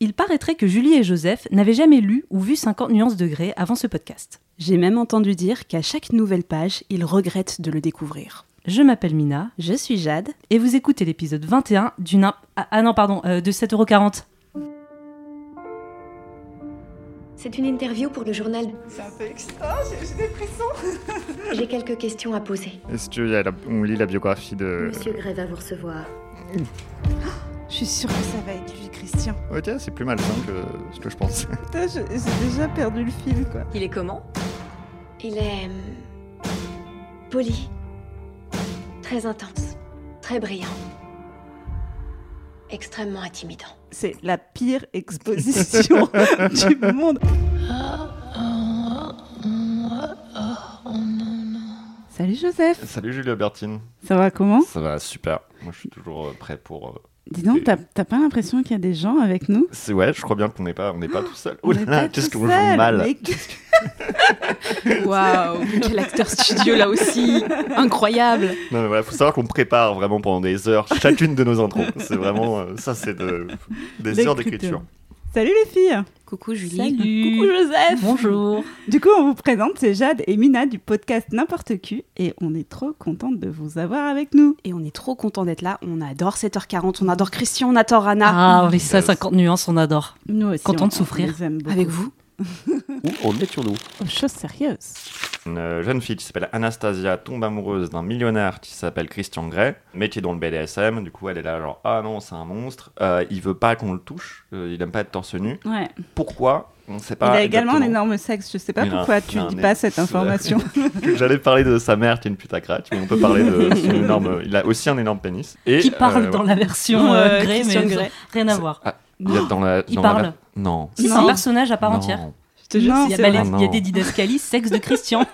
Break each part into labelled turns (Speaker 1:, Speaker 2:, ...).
Speaker 1: il paraîtrait que Julie et Joseph n'avaient jamais lu ou vu 50 nuances de Grey avant ce podcast.
Speaker 2: J'ai même entendu dire qu'à chaque nouvelle page, ils regrettent de le découvrir.
Speaker 1: Je m'appelle Mina
Speaker 2: Je suis Jade.
Speaker 1: et vous écoutez l'épisode 21 d'une imp- ah, ah non pardon euh, de 7,40€.
Speaker 3: C'est une interview pour le journal.
Speaker 4: C'est un peu extra, j'ai j'ai des frissons.
Speaker 3: J'ai quelques questions à poser.
Speaker 5: Et si tu veux, il y a euh, la- on lit la biographie
Speaker 6: Euh.
Speaker 5: de.
Speaker 3: Monsieur Gray va vous recevoir.
Speaker 4: Je suis sûre que ça va être lui, Christian.
Speaker 5: Ok, c'est plus malsain que ce que je pense.
Speaker 4: Putain, je- j'ai déjà perdu le fil, quoi.
Speaker 7: Il est comment
Speaker 3: Il est euh, poli, très intense, très brillant, extrêmement intimidant.
Speaker 4: C'est la pire exposition du monde. Salut Joseph,
Speaker 5: Salut Julie Albertine.
Speaker 4: ça va comment
Speaker 5: Ça va super. Moi, je suis toujours euh, prêt pour. euh,
Speaker 4: Dis donc,
Speaker 5: Et-
Speaker 4: t'as t'as pas l'impression qu'il y a des gens avec nous
Speaker 5: C'est ouais, je crois bien qu'on n'est pas, on n'est pas tout seul.
Speaker 4: On
Speaker 5: Oh là
Speaker 4: est
Speaker 5: là,
Speaker 4: pas
Speaker 5: qu'est-ce
Speaker 4: tout
Speaker 5: qu'on joue
Speaker 4: seul,
Speaker 5: mal.
Speaker 4: mais qu'est-ce que-
Speaker 7: Waouh Quel acteur studio là aussi Incroyable
Speaker 5: Non, mais voilà, faut savoir qu'on prépare vraiment pendant des heures chacune de nos intros. C'est vraiment euh, ça, c'est de- des
Speaker 4: L'écriture.
Speaker 5: heures d'écriture.
Speaker 4: Salut les filles
Speaker 7: Coucou Julie.
Speaker 4: Coucou Joseph
Speaker 1: Bonjour.
Speaker 4: Du coup, on vous présente, c'est Jade et Mina du podcast N'importe qui et on est trop contente de vous avoir avec nous.
Speaker 2: Et on est trop content d'être là. On adore 7h40, on adore Christian, on adore Anna.
Speaker 1: Ah oui, ça 50 nuances, on adore.
Speaker 4: Nous aussi,
Speaker 1: Content
Speaker 4: on-
Speaker 1: de souffrir.
Speaker 4: on les aime beaucoup.
Speaker 2: Avec vous
Speaker 8: Ou on est sur nous.
Speaker 4: Chose sérieuse.
Speaker 5: Une euh, jeune fille qui s'appelle Anastasia tombe amoureuse d'un millionnaire qui s'appelle Christian Grey, mais qui est dans le BDSM. Du coup, elle est là genre ah non, c'est un monstre. Euh, il veut pas qu'on le touche. Euh, il aime pas être torse nu.
Speaker 4: Ouais.
Speaker 5: Pourquoi On sait pas.
Speaker 4: Il a également un
Speaker 5: exactement.
Speaker 4: énorme sexe. Je sais pas
Speaker 5: Il a un-
Speaker 4: pourquoi
Speaker 5: il
Speaker 4: tu
Speaker 5: a un
Speaker 4: dis pas
Speaker 5: énorme
Speaker 4: cette
Speaker 5: sexe.
Speaker 4: information.
Speaker 5: Que J'allais parler de sa mère qui est une pute à craque, mais on peut parler de son énorme. Il a aussi un énorme pénis. Et,
Speaker 1: Qui parle
Speaker 5: euh, ah,
Speaker 1: dans la version
Speaker 4: Euh,
Speaker 1: euh, Grey,
Speaker 4: Christian
Speaker 1: mais
Speaker 4: Grey.
Speaker 1: rien à voir.
Speaker 5: Il, y a dans la,
Speaker 1: Il
Speaker 5: dans la-
Speaker 1: parle.
Speaker 5: Non.
Speaker 1: Si, c'est
Speaker 4: Non.
Speaker 1: un personnage à part
Speaker 5: Non.
Speaker 1: entière.
Speaker 4: Je te jure,
Speaker 1: Il y, a
Speaker 4: c'est
Speaker 1: Balé-
Speaker 4: vrai.
Speaker 5: vrai.
Speaker 1: il y a des didascalies, sexe de Christian.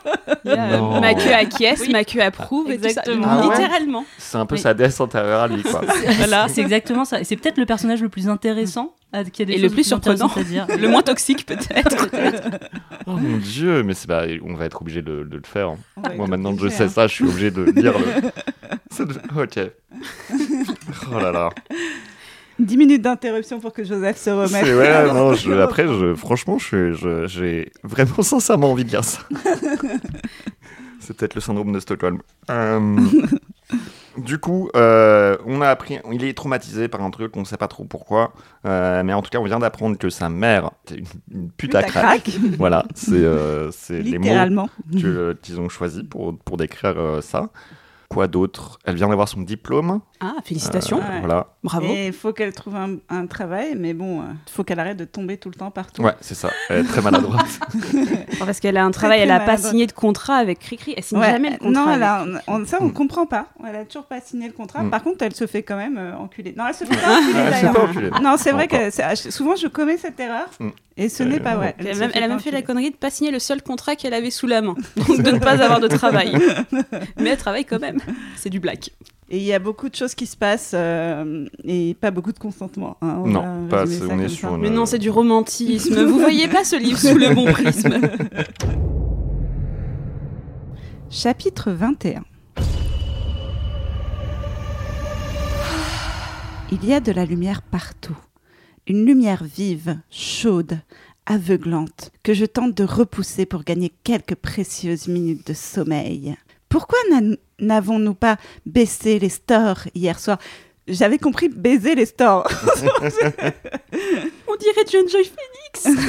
Speaker 5: Non.
Speaker 7: Ma queue acquiesce,
Speaker 2: Oui.
Speaker 7: ma queue approuve.
Speaker 2: Exactement.
Speaker 5: Ah ouais
Speaker 2: Littéralement.
Speaker 5: C'est un peu
Speaker 1: Oui.
Speaker 5: sa déesse intérieure à lui, quoi.
Speaker 7: Voilà.
Speaker 1: C'est exactement ça. Et C'est peut-être le personnage le plus intéressant euh, qui a des
Speaker 7: Et le
Speaker 1: choses
Speaker 7: plus
Speaker 1: intéressantes
Speaker 7: surprenant.
Speaker 1: à dire.
Speaker 7: Le moins toxique peut-être.
Speaker 5: oh mon dieu, mais c'est pas, on va être obligé de, de le faire. hein.
Speaker 4: On va
Speaker 5: Moi,
Speaker 4: être
Speaker 5: maintenant que je
Speaker 4: obligé,
Speaker 5: sais
Speaker 4: hein.
Speaker 5: ça, je suis obligé de lire le. Ça dev- Ok. Oh là là.
Speaker 4: 10 minutes d'interruption pour que Joseph se remette.
Speaker 5: C'est- ouais, non, je- après, je, franchement, je- je- j'ai vraiment sincèrement envie de dire ça. C'est peut-être le syndrome de Stockholm. Euh, du coup, euh, on a appris, il est traumatisé par un truc, on ne sait pas trop pourquoi, euh, mais en tout cas, on vient d'apprendre que sa mère était une, une pute à craque. Voilà, c'est euh, c'est les mots
Speaker 4: Littéralement.
Speaker 5: que- qu'ils euh, ont choisis pour, pour décrire euh, ça. Quoi d'autre Elle vient d'avoir son diplôme.
Speaker 2: Ah, félicitations.
Speaker 4: Ouais.
Speaker 5: Voilà.
Speaker 2: Bravo.
Speaker 4: Et il faut qu'elle trouve un, un travail, mais bon, il faut qu'elle arrête de tomber tout le temps partout.
Speaker 5: Ouais, c'est ça. Elle est très maladroite.
Speaker 2: Parce qu'elle a un travail, elle a pas
Speaker 4: maladroite.
Speaker 2: signé de contrat avec Cricri. Elle signe
Speaker 4: Ouais,
Speaker 2: jamais le
Speaker 4: euh, non,
Speaker 2: contrat.
Speaker 4: elle
Speaker 2: avec-
Speaker 4: a- on- ça on
Speaker 5: Mm.
Speaker 4: comprend pas. Elle a toujours pas signé le contrat.
Speaker 5: Mm.
Speaker 4: Par contre, elle se fait quand même euh, enculer. Non, elle se fait pas enculer
Speaker 5: Elle s'est
Speaker 4: d'ailleurs.
Speaker 5: pas enculée.
Speaker 4: Non, c'est vrai
Speaker 5: Encore.
Speaker 4: que c'est- ah, je- souvent je commets cette erreur
Speaker 5: Mm.
Speaker 4: et ce
Speaker 5: Euh,
Speaker 4: n'est pas vrai.
Speaker 2: Elle a
Speaker 4: se
Speaker 2: même, elle a
Speaker 4: pas
Speaker 2: même fait la
Speaker 4: enculer.
Speaker 2: connerie de pas signer le seul contrat qu'elle avait sous la main. Donc de ne pas avoir de travail. Mais elle travaille quand même. C'est du black.
Speaker 4: Et il y a beaucoup de choses qui se passent euh, et pas beaucoup de consentement. hein, on
Speaker 5: Non,
Speaker 4: va
Speaker 5: pas,
Speaker 4: résumer ça
Speaker 5: on est
Speaker 4: comme
Speaker 5: sur
Speaker 4: ça.
Speaker 5: une-
Speaker 2: Mais non, c'est du romantisme. Vous voyez pas ce livre sous le bon prisme.
Speaker 4: Chapitre 21 Il y a de la lumière partout. Une lumière vive, chaude, aveuglante, que je tente de repousser pour gagner quelques précieuses minutes de sommeil. Pourquoi n'a- n'avons-nous pas baissé les stores hier soir J'avais compris baiser les stores.
Speaker 2: On dirait John Joy Phoenix.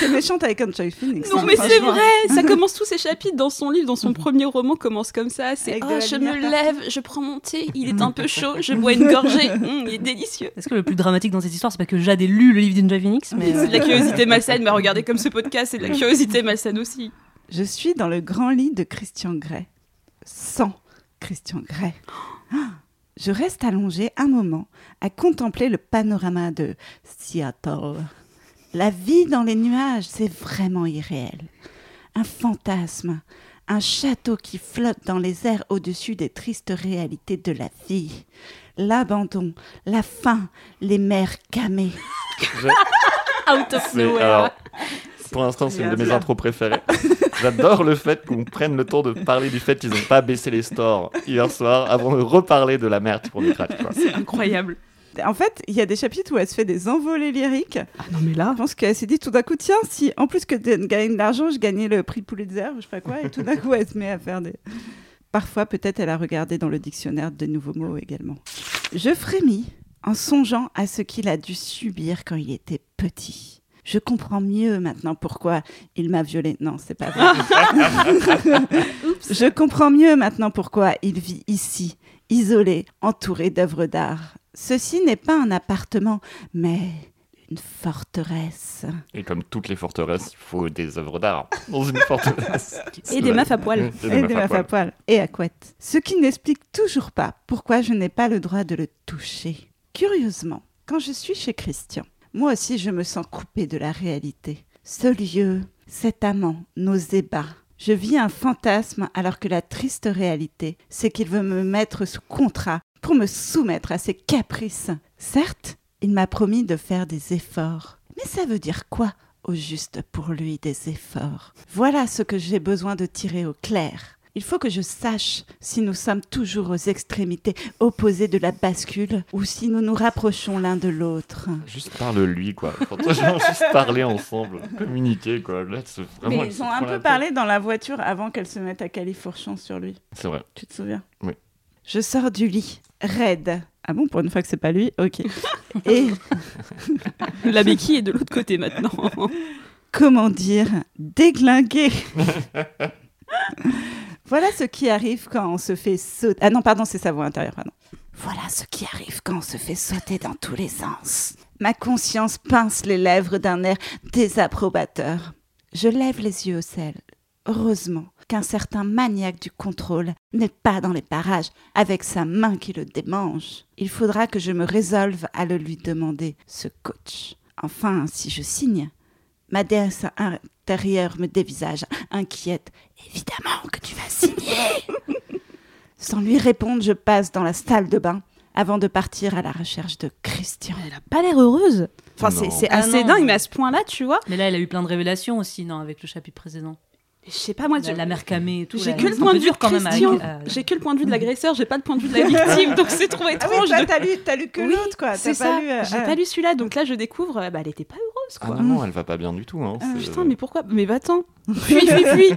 Speaker 4: C'est méchante avec Enjoy Phoenix.
Speaker 2: Non,
Speaker 4: hein,
Speaker 2: mais c'est
Speaker 4: franchement.
Speaker 2: vrai. Ça commence tous ses chapitres dans son livre, dans son premier roman, commence comme ça. C'est
Speaker 4: Avec de
Speaker 2: Ah,
Speaker 4: la
Speaker 2: je
Speaker 4: lumière
Speaker 2: me
Speaker 4: partout.
Speaker 2: lève, je prends mon thé, il est un peu chaud, je bois une gorgée. Hum, il est délicieux.
Speaker 1: Est-ce que le plus dramatique dans cette histoire, c'est pas que Jade ait lu le livre d'Inja Phoenix, mais euh,
Speaker 2: C'est de la curiosité malsaine. Mais regardez comme ce podcast, c'est de la curiosité malsaine aussi.
Speaker 4: Je suis dans le grand lit de Christian Grey. Sans Christian Grey. Ah, Je reste allongée un moment à contempler le panorama de Seattle. La vie dans les nuages, c'est vraiment irréel. Un fantasme, un château qui flotte dans les airs au-dessus des tristes réalités de la vie. L'abandon, la faim, les mers camées.
Speaker 7: Out of
Speaker 5: C'est-
Speaker 7: nowhere.
Speaker 5: alors, pour l'instant, c'est une de
Speaker 4: Bien
Speaker 5: mes
Speaker 4: sûr.
Speaker 5: intros préférées. J'adore le fait qu'on prenne le temps de parler du fait qu'ils n'ont pas baissé les stores hier soir avant de reparler de la merde pour les cracks. quoi.
Speaker 2: Incroyable.
Speaker 4: En fait, il y a des chapitres où elle se fait des envolées lyriques.
Speaker 2: Ah non, mais là.
Speaker 4: Je pense qu'elle s'est dit tout d'un coup, tiens, si en plus que de gagner de l'argent, je gagnais le prix Pulitzer ou je sais pas quoi, et tout d'un coup, elle se met à faire des. Parfois, peut-être, elle a regardé dans le dictionnaire de nouveaux mots également. Je frémis en songeant à ce qu'il a dû subir quand il était petit. Je comprends mieux maintenant pourquoi il m'a violée. Non, c'est pas vrai. Je comprends mieux maintenant pourquoi il vit ici, isolé, entouré d'œuvres d'art. Ceci n'est pas un appartement, mais une forteresse.
Speaker 6: Et comme toutes les forteresses, il faut des œuvres d'art dans une forteresse.
Speaker 2: Et des meufs à poil.
Speaker 6: Et
Speaker 4: et des meufs à poil et à couette. Ce qui n'explique toujours pas pourquoi je n'ai pas le droit de le toucher. Curieusement, quand je suis chez Christian, moi aussi je me sens coupée de la réalité. Ce lieu, cet amant, nos ébats. Je vis un fantasme alors que la triste réalité, c'est qu'il veut me mettre sous contrat pour me soumettre à ses caprices. Certes, il m'a promis de faire des efforts. Mais ça veut dire quoi au juste pour lui des efforts. Voilà ce que j'ai besoin de tirer au clair. Il faut que je sache si nous sommes toujours aux extrémités opposées de la bascule ou si nous nous rapprochons l'un de l'autre.
Speaker 6: Juste parle-lui, quoi. Franchement, juste parler ensemble, communiquer, quoi. Là, c'est vraiment,
Speaker 4: Mais
Speaker 6: il
Speaker 4: ils
Speaker 6: se
Speaker 4: ont
Speaker 6: prend
Speaker 4: un
Speaker 6: la
Speaker 4: peu
Speaker 6: tête.
Speaker 4: parlé dans la voiture avant qu'elle se mette à califourchon sur lui.
Speaker 6: C'est vrai.
Speaker 4: Tu te souviens
Speaker 6: Oui.
Speaker 4: Je sors du lit, raide. Ah bon, pour une fois que c'est pas lui Ok. Et
Speaker 2: La béquille est de l'autre côté maintenant.
Speaker 1: Ah
Speaker 4: comment dire, déglingué. voilà ce qui arrive quand on se fait sauter. Ah non, pardon, c'est sa voix intérieure, pardon. Voilà ce qui arrive quand on se fait sauter dans tous les sens. Ma conscience pince les lèvres d'un air désapprobateur. Je lève les yeux au ciel. Heureusement qu'un certain maniaque du contrôle n'est pas dans les parages avec sa main qui le démange. Il faudra que je me résolve à le lui demander, ce coach. Enfin, si je signe, Ma déesse intérieure me dévisage, inquiète. Évidemment que tu vas signer Sans lui répondre, je passe dans la salle de bain avant de partir à la recherche de Christian.
Speaker 2: Elle a pas l'air heureuse. Enfin, c'est-
Speaker 6: Non.
Speaker 2: c'est
Speaker 1: Ah
Speaker 2: assez
Speaker 1: non.
Speaker 2: dingue, mais à ce point-là, tu vois.
Speaker 1: Mais là, elle a eu plein de révélations aussi, non, avec le chapitre précédent.
Speaker 2: Je sais pas, moi, Ah, je-
Speaker 1: La, la mère camée et tout.
Speaker 2: j'ai
Speaker 1: là,
Speaker 2: que le
Speaker 1: c'est un
Speaker 2: point
Speaker 1: peu
Speaker 2: de vue de
Speaker 1: dur quand même. avec,
Speaker 2: Christian.
Speaker 1: euh,
Speaker 2: J'ai que le point de vue de l'agresseur, j'ai pas le point de vue de la victime, donc c'est trop étrange. de-
Speaker 4: Ah t'as lu, t'as euh, lu que
Speaker 2: Oui,
Speaker 4: l'autre, quoi.
Speaker 2: C'est ça. J'ai pas lu celui-là, donc là je découvre, euh, bah, elle était pas heureuse
Speaker 6: Ah
Speaker 2: quoi.
Speaker 6: non, non, elle va pas bien du tout. Hein.
Speaker 2: Ah,
Speaker 6: C'est-
Speaker 2: putain, mais pourquoi Mais va-t'en Fuis, fuis, fuis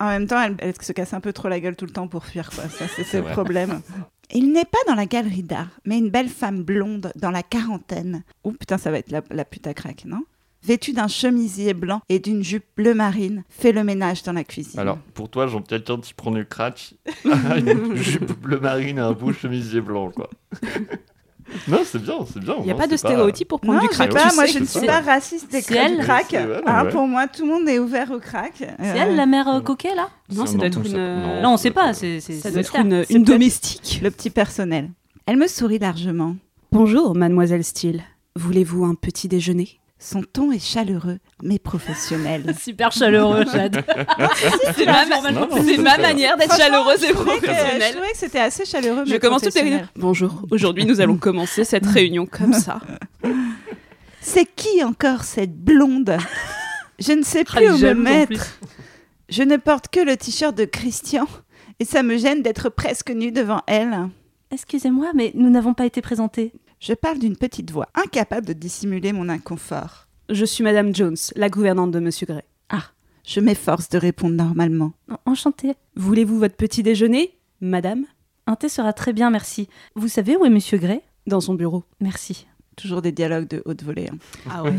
Speaker 4: En même temps, elle, elle se casse un peu trop la gueule tout le temps pour fuir, quoi. Ça, c'est
Speaker 6: C'est
Speaker 4: le
Speaker 6: vrai.
Speaker 4: problème. Il n'est pas dans la galerie d'art, mais une belle femme blonde dans la quarantaine. Ouh, putain, ça va être la, la pute à craque, non Vêtue d'un chemisier blanc et d'une jupe bleu marine, fait le ménage dans la cuisine.
Speaker 6: Alors, pour toi, genre, quelqu'un qui prend du crack, une jupe bleu marine et un beau chemisier blanc, quoi. non, c'est bien, c'est bien.
Speaker 2: Il n'y a pas de stéréotype pour prendre
Speaker 4: Non,
Speaker 2: du
Speaker 4: j'ai
Speaker 2: crack.
Speaker 4: pas,
Speaker 2: tu
Speaker 4: moi
Speaker 2: sais.
Speaker 4: je ne
Speaker 6: c'est
Speaker 4: suis
Speaker 6: ça.
Speaker 4: pas raciste des
Speaker 1: C'est
Speaker 4: cra-
Speaker 1: elle.
Speaker 4: du crack.
Speaker 6: C'est elle,
Speaker 4: Hein,
Speaker 6: ouais.
Speaker 4: Pour moi, tout le monde est ouvert au crack. Euh,
Speaker 1: C'est elle, la mère euh, coquet, là
Speaker 2: Non, ça doit être une, euh,
Speaker 1: Non, on sait pas. C'est, c'est,
Speaker 2: Ça
Speaker 1: c'est
Speaker 2: doit
Speaker 1: le
Speaker 2: être
Speaker 1: cas.
Speaker 2: une, euh,
Speaker 4: C'est
Speaker 2: une
Speaker 4: peut-être-
Speaker 2: domestique.
Speaker 4: Le petit personnel. Elle me sourit largement.
Speaker 2: Bonjour, mademoiselle Steele. Voulez-vous un petit déjeuner
Speaker 4: Son ton est chaleureux, mais professionnel.
Speaker 1: Super chaleureux, Jade.
Speaker 2: Ah,
Speaker 1: c'est ma,
Speaker 6: Non, non,
Speaker 2: C'est
Speaker 6: c'est
Speaker 2: ma
Speaker 6: ça.
Speaker 2: manière d'être
Speaker 4: Franchement,
Speaker 2: chaleureuse et
Speaker 4: je trouvais que- Je
Speaker 2: professionnelle.
Speaker 4: trouvais que c'était assez chaleureux, mais
Speaker 2: Je commence tout à
Speaker 4: professionnel.
Speaker 2: dire. Bonjour, aujourd'hui nous allons commencer cette réunion comme ça.
Speaker 4: C'est qui encore cette blonde Je ne sais
Speaker 1: Ah,
Speaker 4: plus où me
Speaker 1: jaloux, en
Speaker 4: mettre.
Speaker 1: plus.
Speaker 4: Je ne porte que le t-shirt de Christian et ça me gêne d'être presque nue devant elle.
Speaker 1: Excusez-moi, mais nous n'avons pas été présentés.
Speaker 4: Je parle d'une petite voix, incapable de dissimuler mon inconfort.
Speaker 2: Je suis Madame Jones, la gouvernante de Monsieur Gray.
Speaker 4: Je m'efforce de répondre normalement.
Speaker 1: En- Enchantée.
Speaker 2: Voulez-vous votre petit déjeuner, Madame
Speaker 1: Un thé sera très bien, merci. Vous savez où est Monsieur Gray
Speaker 2: Dans son bureau.
Speaker 1: Merci.
Speaker 4: Toujours des dialogues de haute volée. hein.
Speaker 2: Ah ouais.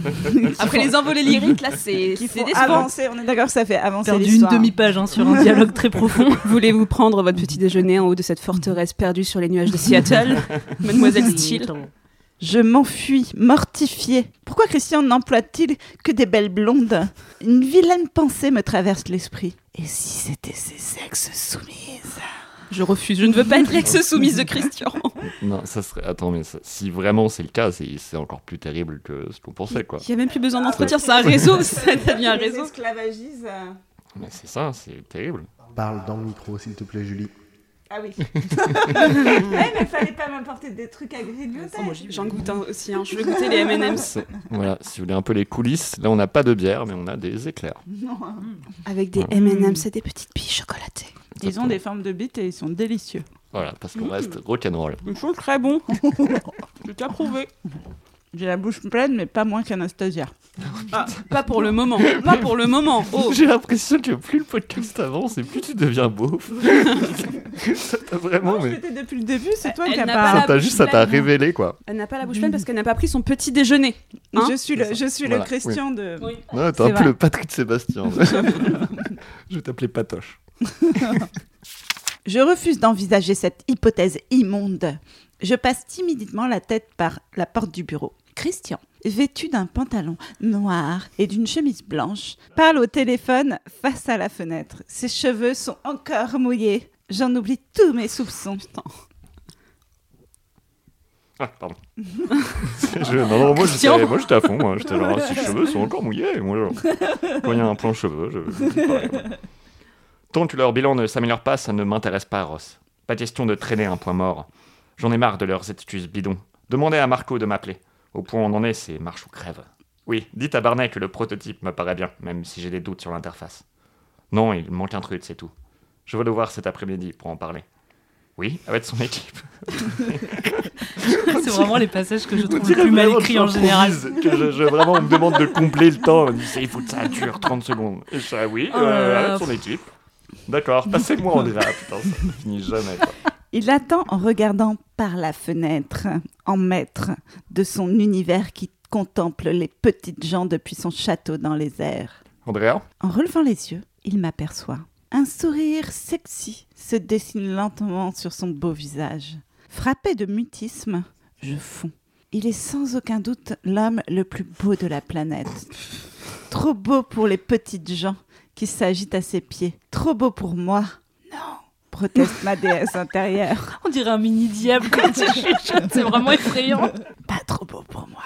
Speaker 2: Après les envolées lyriques, là, c'est
Speaker 4: Qui
Speaker 2: c'est
Speaker 4: font
Speaker 2: décevant.
Speaker 4: avancer, on est d'accord, ça fait avancer
Speaker 1: Perdu une
Speaker 4: l'histoire.
Speaker 1: demi-page hein, sur un dialogue très profond.
Speaker 2: Voulez-vous prendre votre petit déjeuner en haut de cette forteresse perdue sur les nuages de Seattle, Mademoiselle Steele
Speaker 4: Je m'enfuis, mortifiée. Pourquoi Christian n'emploie-t-il que des belles blondes Une vilaine pensée me traverse l'esprit. Et si c'était ces sexes soumises
Speaker 2: Je refuse, je ne veux pas être l'ex-soumise de Christian.
Speaker 6: Non, ça serait. Attends, mais ça- si vraiment c'est le cas, c'est c'est encore plus terrible que ce qu'on pensait, quoi.
Speaker 2: Il n'y a même plus besoin d'entretien, c'est un réseau, ça devient un réseau.
Speaker 4: esclavagisent. euh,
Speaker 6: Mais c'est ça, c'est terrible.
Speaker 9: Parle dans le micro, s'il te plaît, Julie.
Speaker 4: Ah oui. mais il fallait pas m'apporter des trucs à
Speaker 2: Ah, J'en goûte un aussi, hein. je veux goûter les M&M's.
Speaker 6: C'est- Voilà, si vous voulez un peu les coulisses, là on n'a pas de bière, mais on a des éclairs.
Speaker 2: Avec des M&M's et des petites billes chocolatées.
Speaker 4: Ils ont des formes de bites et ils sont délicieux.
Speaker 2: Mmh.
Speaker 6: Voilà, parce qu'on reste rock'n'roll.
Speaker 2: Ils sont très bons. C'est approuvé.
Speaker 4: J'ai la bouche pleine, mais pas moins qu'Anastasia.
Speaker 2: Ah, pas pour le moment. Pas pour le moment. Oh.
Speaker 5: J'ai l'impression que plus le podcast avance et plus tu deviens beau. ça t'a vraiment. Mais...
Speaker 4: C'était depuis le début, c'est toi
Speaker 2: Elle
Speaker 4: qui as
Speaker 2: n'a
Speaker 4: pas.
Speaker 2: pas la
Speaker 5: Ça t'a juste, ça t'a révélé quoi.
Speaker 2: Elle n'a pas la bouche pleine parce qu'elle n'a pas pris son petit déjeuner. Hein
Speaker 4: je suis
Speaker 5: C'est
Speaker 4: le,
Speaker 5: ça.
Speaker 4: je suis
Speaker 5: Voilà,
Speaker 4: le Christian de.
Speaker 5: Ouais, t'es un
Speaker 2: C'est
Speaker 5: peu
Speaker 2: vrai.
Speaker 5: le Patrick Sébastien. Je vais t'appeler Patoche.
Speaker 4: Je refuse d'envisager cette hypothèse immonde. Je passe timidement la tête par la porte du bureau. Christian, vêtu d'un pantalon noir et d'une chemise blanche, parle au téléphone face à la fenêtre. Ses cheveux sont encore mouillés. J'en oublie tous mes soupçons.
Speaker 5: Ah, pardon. je, non, non, moi, j'étais, moi j'étais à fond. Moi. J'étais genre, ses cheveux sont encore mouillés. Moi, genre, quand il y a un plan cheveux, je. je dis pareil, moi. Tant que leur bilan ne s'améliore pas, ça ne m'intéresse pas, Ross. Pas question de traîner un point mort. J'en ai marre de leurs excuses bidons. Demandez à Marco de m'appeler. Au point où on en est, c'est marche ou crève. Oui, dites à Barnet que le prototype me paraît bien, même si j'ai des doutes sur l'interface. Non, il manque un truc, c'est tout. Je vais le voir cet après-midi pour en parler. Oui, avec son équipe.
Speaker 1: C'est vraiment les passages que je
Speaker 5: On
Speaker 1: trouve le
Speaker 5: dirait
Speaker 1: plus mal
Speaker 5: vraiment
Speaker 1: écrits
Speaker 5: que
Speaker 1: en général.
Speaker 5: j'improvise, Que je, je- vraiment, on me demande de combler le temps. On me dit, c'est- il faut que ça dure 30 secondes. Et ça, oui,
Speaker 1: Oh
Speaker 5: euh,
Speaker 1: là là,
Speaker 5: avec son équipe. D'accord, passez-moi Andrea. Putain, ça ne finit jamais. quoi.
Speaker 4: Il attend en regardant par la fenêtre, en maître de son univers qui contemple les petites gens depuis son château dans les airs.
Speaker 5: Andrea
Speaker 4: En relevant les yeux, il m'aperçoit. Un sourire sexy se dessine lentement sur son beau visage. Frappé de mutisme, je fonds. Il est sans aucun doute l'homme le plus beau de la planète. Trop beau pour les petites gens qui s'agitent à ses pieds. Trop beau pour moi. Non proteste ma déesse intérieure.
Speaker 1: On dirait un mini diable quand tu chuchotes, c'est vraiment effrayant.
Speaker 4: pas trop beau pour moi.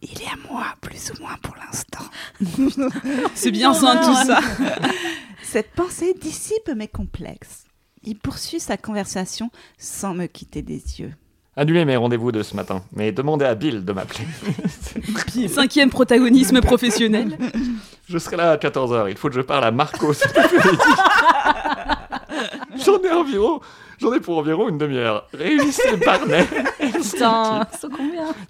Speaker 4: Il est à moi, plus ou moins pour l'instant.
Speaker 2: C'est bien ça, tout ça.
Speaker 4: Cette pensée dissipe mes complexes. Il poursuit sa conversation sans me quitter des yeux.
Speaker 5: Annulez mes rendez-vous de ce matin, mais demandez à Bill de m'appeler.
Speaker 2: Cinquième protagonisme professionnel.
Speaker 5: Je serai là à 14h, il faut que je parle à Marco cet après-midi. J'en ai environ, j'en ai pour environ une demi-heure. Réunissez Barnet.
Speaker 2: hein.
Speaker 10: Putain,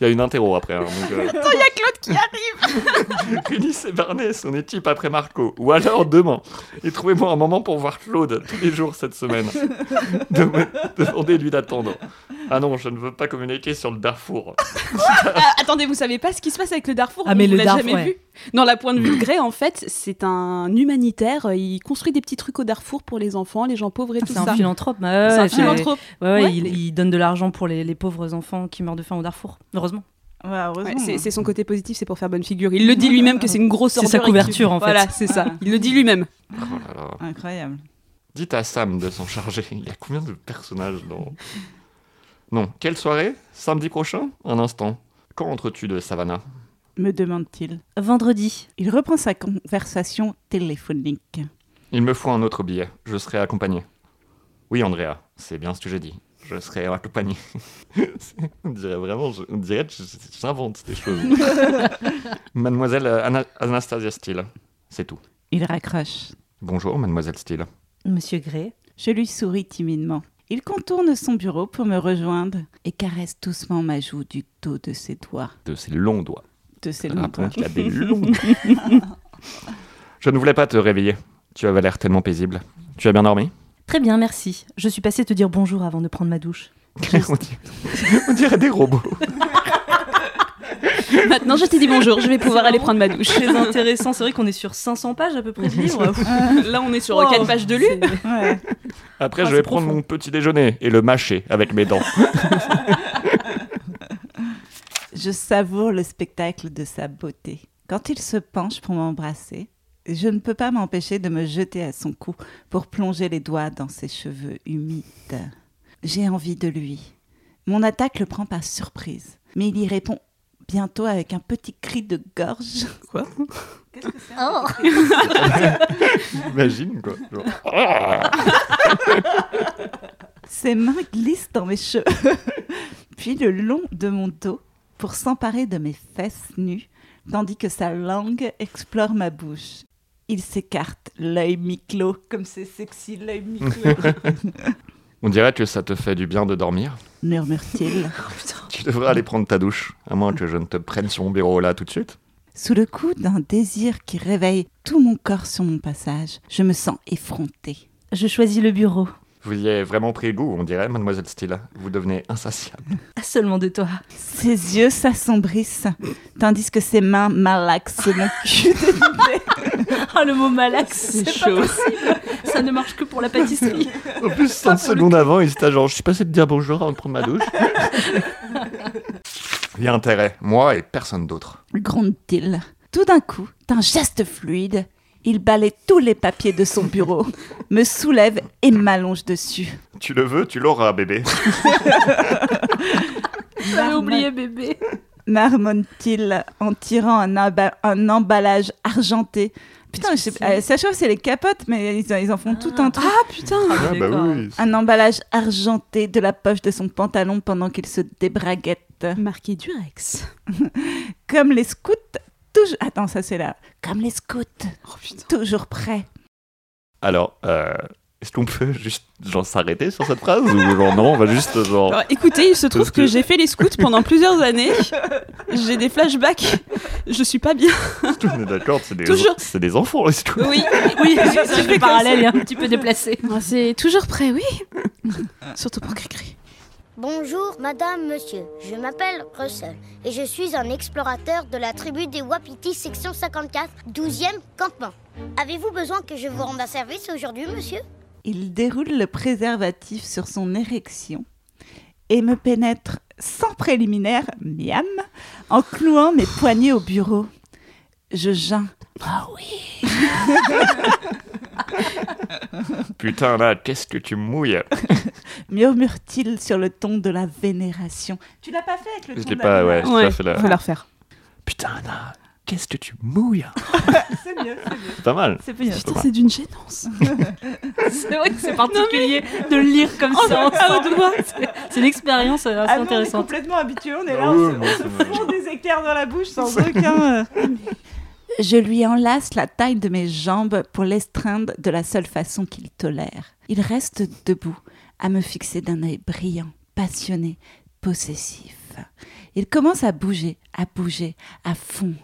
Speaker 5: Il y a une interro après. hein, donc, euh,
Speaker 2: Attends, il y a Claude qui arrive.
Speaker 5: Ulysse et Barnet, son équipe après Marco. Ou alors demain. Et trouvez-moi un moment pour voir Claude tous les jours cette semaine. Dem- Demandez-lui d'attendre. Ah non, je ne veux pas communiquer sur le Darfour.
Speaker 2: Ah, attendez, vous savez pas ce qui se passe avec le Darfour
Speaker 1: Ah, mais
Speaker 2: Vous
Speaker 1: le
Speaker 2: l'avez
Speaker 1: Darfour,
Speaker 2: jamais
Speaker 1: ouais.
Speaker 2: vu Dans la pointe vue de Grey, en fait, c'est un humanitaire. euh, Il construit des petits trucs au Darfour pour les enfants, les gens pauvres et tout
Speaker 1: C'est
Speaker 2: ça.
Speaker 1: un philanthrope. bah ouais,
Speaker 2: C'est
Speaker 1: ouais,
Speaker 2: un philanthrope.
Speaker 1: Ouais, ouais,
Speaker 2: Ouais.
Speaker 1: Il, il donne de l'argent pour les, les pauvres enfants qui meurent de faim au Darfour. Heureusement.
Speaker 2: Ouais, c'est-
Speaker 4: hein.
Speaker 2: c'est son côté positif, c'est pour faire bonne figure. Il le dit lui-même que c'est une grosse
Speaker 1: C'est
Speaker 2: ordure.
Speaker 1: sa
Speaker 2: et qu'il-
Speaker 1: couverture, en fait.
Speaker 2: Voilà, c'est ça. Il le dit lui-même.
Speaker 5: Oh là là.
Speaker 4: Incroyable.
Speaker 5: Dites à Sam de s'en charger. Il y a combien de personnages dans. Non, quelle soirée Samedi prochain Un instant. Quand entres-tu de Savannah
Speaker 4: Me demande-t-il.
Speaker 1: Vendredi.
Speaker 4: Il reprend sa conversation téléphonique.
Speaker 5: Il me faut un autre billet. Je serai accompagné. Oui, Andrea, c'est bien ce que j'ai dit. Je serai accompagné. C'est- on dirait vraiment, je- on dirait que je- j'invente des choses. mademoiselle euh, Ana- Anastasia Steele, c'est tout.
Speaker 4: Il raccroche.
Speaker 5: Bonjour, mademoiselle Steele.
Speaker 1: Monsieur Gray.
Speaker 4: Je lui souris timidement. Il contourne son bureau pour me rejoindre et caresse doucement ma joue du dos de ses doigts.
Speaker 5: De ses longs doigts.
Speaker 4: De ses longs
Speaker 5: Rappelons
Speaker 4: doigts.
Speaker 5: qu'il a des longs doigts. je ne voulais pas te réveiller. Tu avais l'air tellement paisible. Tu as bien dormi
Speaker 1: Très bien, merci. Je suis passée te dire bonjour avant de prendre ma douche.
Speaker 5: on, dirait, on dirait des robots.
Speaker 2: Maintenant, je t'ai dit bonjour, je vais pouvoir aller prendre ma douche.
Speaker 1: Très intéressant, c'est vrai qu'on est sur 500 pages à peu près de livre.
Speaker 2: Là, on est sur 4 pages de lui.
Speaker 4: Ouais.
Speaker 5: Après,
Speaker 1: Ah,
Speaker 5: je
Speaker 1: c'est
Speaker 5: vais prendre
Speaker 1: profond.
Speaker 5: mon petit déjeuner et le mâcher avec mes dents.
Speaker 4: Je savoure le spectacle de sa beauté. Quand il se penche pour m'embrasser, je ne peux pas m'empêcher de me jeter à son cou pour plonger les doigts dans ses cheveux humides. J'ai envie de lui. Mon attaque le prend par surprise, mais il y répond bientôt avec un petit cri de gorge.
Speaker 2: Quoi
Speaker 3: Oh.
Speaker 5: Imagine, quoi. Genre,
Speaker 4: Ses mains glissent dans mes cheveux, puis le long de mon dos pour s'emparer de mes fesses nues, tandis que sa langue explore ma bouche. Il s'écarte, l'œil mi-clos, comme c'est sexy, l'œil mi-clos.
Speaker 6: On dirait que ça te fait du bien de dormir.
Speaker 4: murmure-t-il.
Speaker 6: Tu devrais aller prendre ta douche, à moins que je ne te prenne sur mon bureau là tout de suite.
Speaker 4: Sous le coup d'un désir qui réveille tout mon corps sur mon passage, je me sens effrontée.
Speaker 1: Je choisis le bureau.
Speaker 6: Vous y avez vraiment pris goût, on dirait, mademoiselle Steele. Vous devenez insatiable.
Speaker 1: Ah, Seulement de toi.
Speaker 4: Ses yeux s'assombrissent, tandis que ses mains malaxent mon cul.
Speaker 1: Ah, le mot malaxe, c'est
Speaker 2: chaud.
Speaker 1: pas possible. Ça ne marche que pour la pâtisserie.
Speaker 6: En plus, 30 secondes avant, il était genre, je suis passé de dire bonjour avant de prendre ma douche. Il y a intérêt, moi et personne d'autre.
Speaker 4: gronde-t-il. Tout d'un coup, d'un geste fluide, il balaye tous les papiers de son bureau, me soulève et m'allonge dessus.
Speaker 6: Tu le veux, tu l'auras, bébé.
Speaker 2: J'avais oublié bébé.
Speaker 4: Marmonne-t-il en tirant un, aba- un emballage argenté. Putain, je sais, euh, Sacha, c'est les capotes, mais ils, en- ils en font tout un truc.
Speaker 2: Ah putain
Speaker 6: Ah bah oui.
Speaker 4: Un emballage argenté de la poche de son pantalon pendant qu'il se débraguette.
Speaker 2: Marqué Durex.
Speaker 4: Comme les scouts, toujours... Attends, ça c'est là. Comme les scouts,
Speaker 2: Oh putain.
Speaker 4: toujours prêts.
Speaker 6: Alors, euh, est-ce qu'on peut juste genre s'arrêter sur cette phrase ou genre non, on va juste genre
Speaker 2: Alors écoutez, il se trouve
Speaker 6: Parce
Speaker 2: que
Speaker 6: que-
Speaker 2: j'ai fait les scouts pendant plusieurs années. J'ai des flashbacks. Je suis pas bien.
Speaker 6: on est d'accord, c'est des,
Speaker 2: Toujours.
Speaker 6: c'est des enfants, là, c'est tout.
Speaker 2: Oui,
Speaker 1: Oui,
Speaker 2: fais
Speaker 1: le
Speaker 2: comme
Speaker 1: parallèle hein, est un petit peu déplacé.
Speaker 2: c'est toujours prêt, oui. Surtout pour Cricri.
Speaker 3: Bonjour, madame, monsieur. Je m'appelle Russell et je suis un explorateur de la tribu des Wapiti, section 54, 12e campement. Avez-vous besoin que je vous rende un service aujourd'hui, monsieur
Speaker 4: Il déroule le préservatif sur son érection et me pénètre sans préliminaire, miam, en clouant mes poignets au bureau. Je geins.
Speaker 6: Putain là, qu'est-ce que tu mouilles
Speaker 4: murmure-t-il sur le ton de la vénération. Tu l'as pas fait avec le
Speaker 6: Je
Speaker 4: ton
Speaker 6: l'ai
Speaker 4: de
Speaker 6: pas,
Speaker 4: la
Speaker 6: ouais,
Speaker 4: vénération.
Speaker 6: je l'ai pas fait là.
Speaker 2: Faut la refaire.
Speaker 6: Putain là, qu'est-ce que tu mouilles
Speaker 4: C'est mieux, c'est mieux.
Speaker 6: C'est pas mal.
Speaker 4: C'est mieux.
Speaker 2: Putain, c'est d'une gênance.
Speaker 1: C'est vrai que c'est particulier de le lire comme ça ensemble. C'est- C'est une expérience euh, assez
Speaker 4: Ah non, on est
Speaker 1: intéressante.
Speaker 4: complètement habitué, on est
Speaker 6: Ah
Speaker 4: là,
Speaker 6: ouais,
Speaker 4: on se,
Speaker 6: moi,
Speaker 4: on se
Speaker 6: ça me-
Speaker 4: fond des éclairs dans la bouche sans aucun... euh. Je lui enlace la taille de mes jambes pour l'estreindre de la seule façon qu'il tolère. Il reste debout, à me fixer d'un œil brillant, passionné, possessif. Il commence à bouger, à bouger, à fond.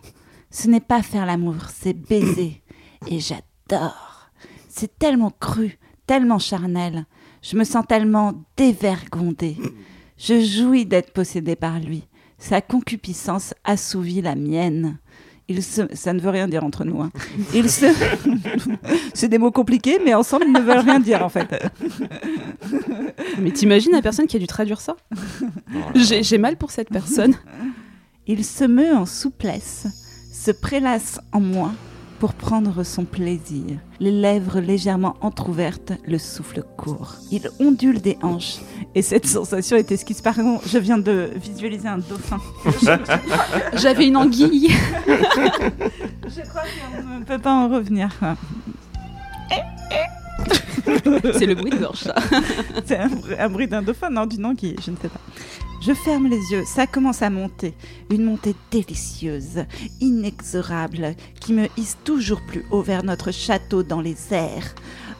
Speaker 4: Ce n'est pas faire l'amour, c'est baiser. Et j'adore. C'est tellement cru, tellement charnel. Je me sens tellement dévergondée. Je jouis d'être possédée par lui. Sa concupiscence assouvit la mienne. Il se... Ça ne veut rien dire entre nous. hein. Il se... C'est des mots compliqués, mais ensemble, ils ne veulent rien dire, en fait.
Speaker 2: Ah, Mais t'imagines la personne qui a dû traduire ça J'ai j'ai mal pour cette personne.
Speaker 4: Il se meut en souplesse, se prélasse en moi pour prendre son plaisir. Les lèvres légèrement entr'ouvertes, le souffle court. Il ondule des hanches. Et cette sensation est esquisse. Par contre, je viens de visualiser un dauphin.
Speaker 2: J'avais une anguille.
Speaker 4: Je crois qu'on ne peut pas en revenir.
Speaker 2: C'est le bruit de gorge, ça.
Speaker 4: C'est un, br- un bruit d'un dauphin, non, d'une anguille, je ne sais pas. Je ferme les yeux, ça commence à monter. Une montée délicieuse, inexorable, qui me hisse toujours plus haut vers notre château dans les airs.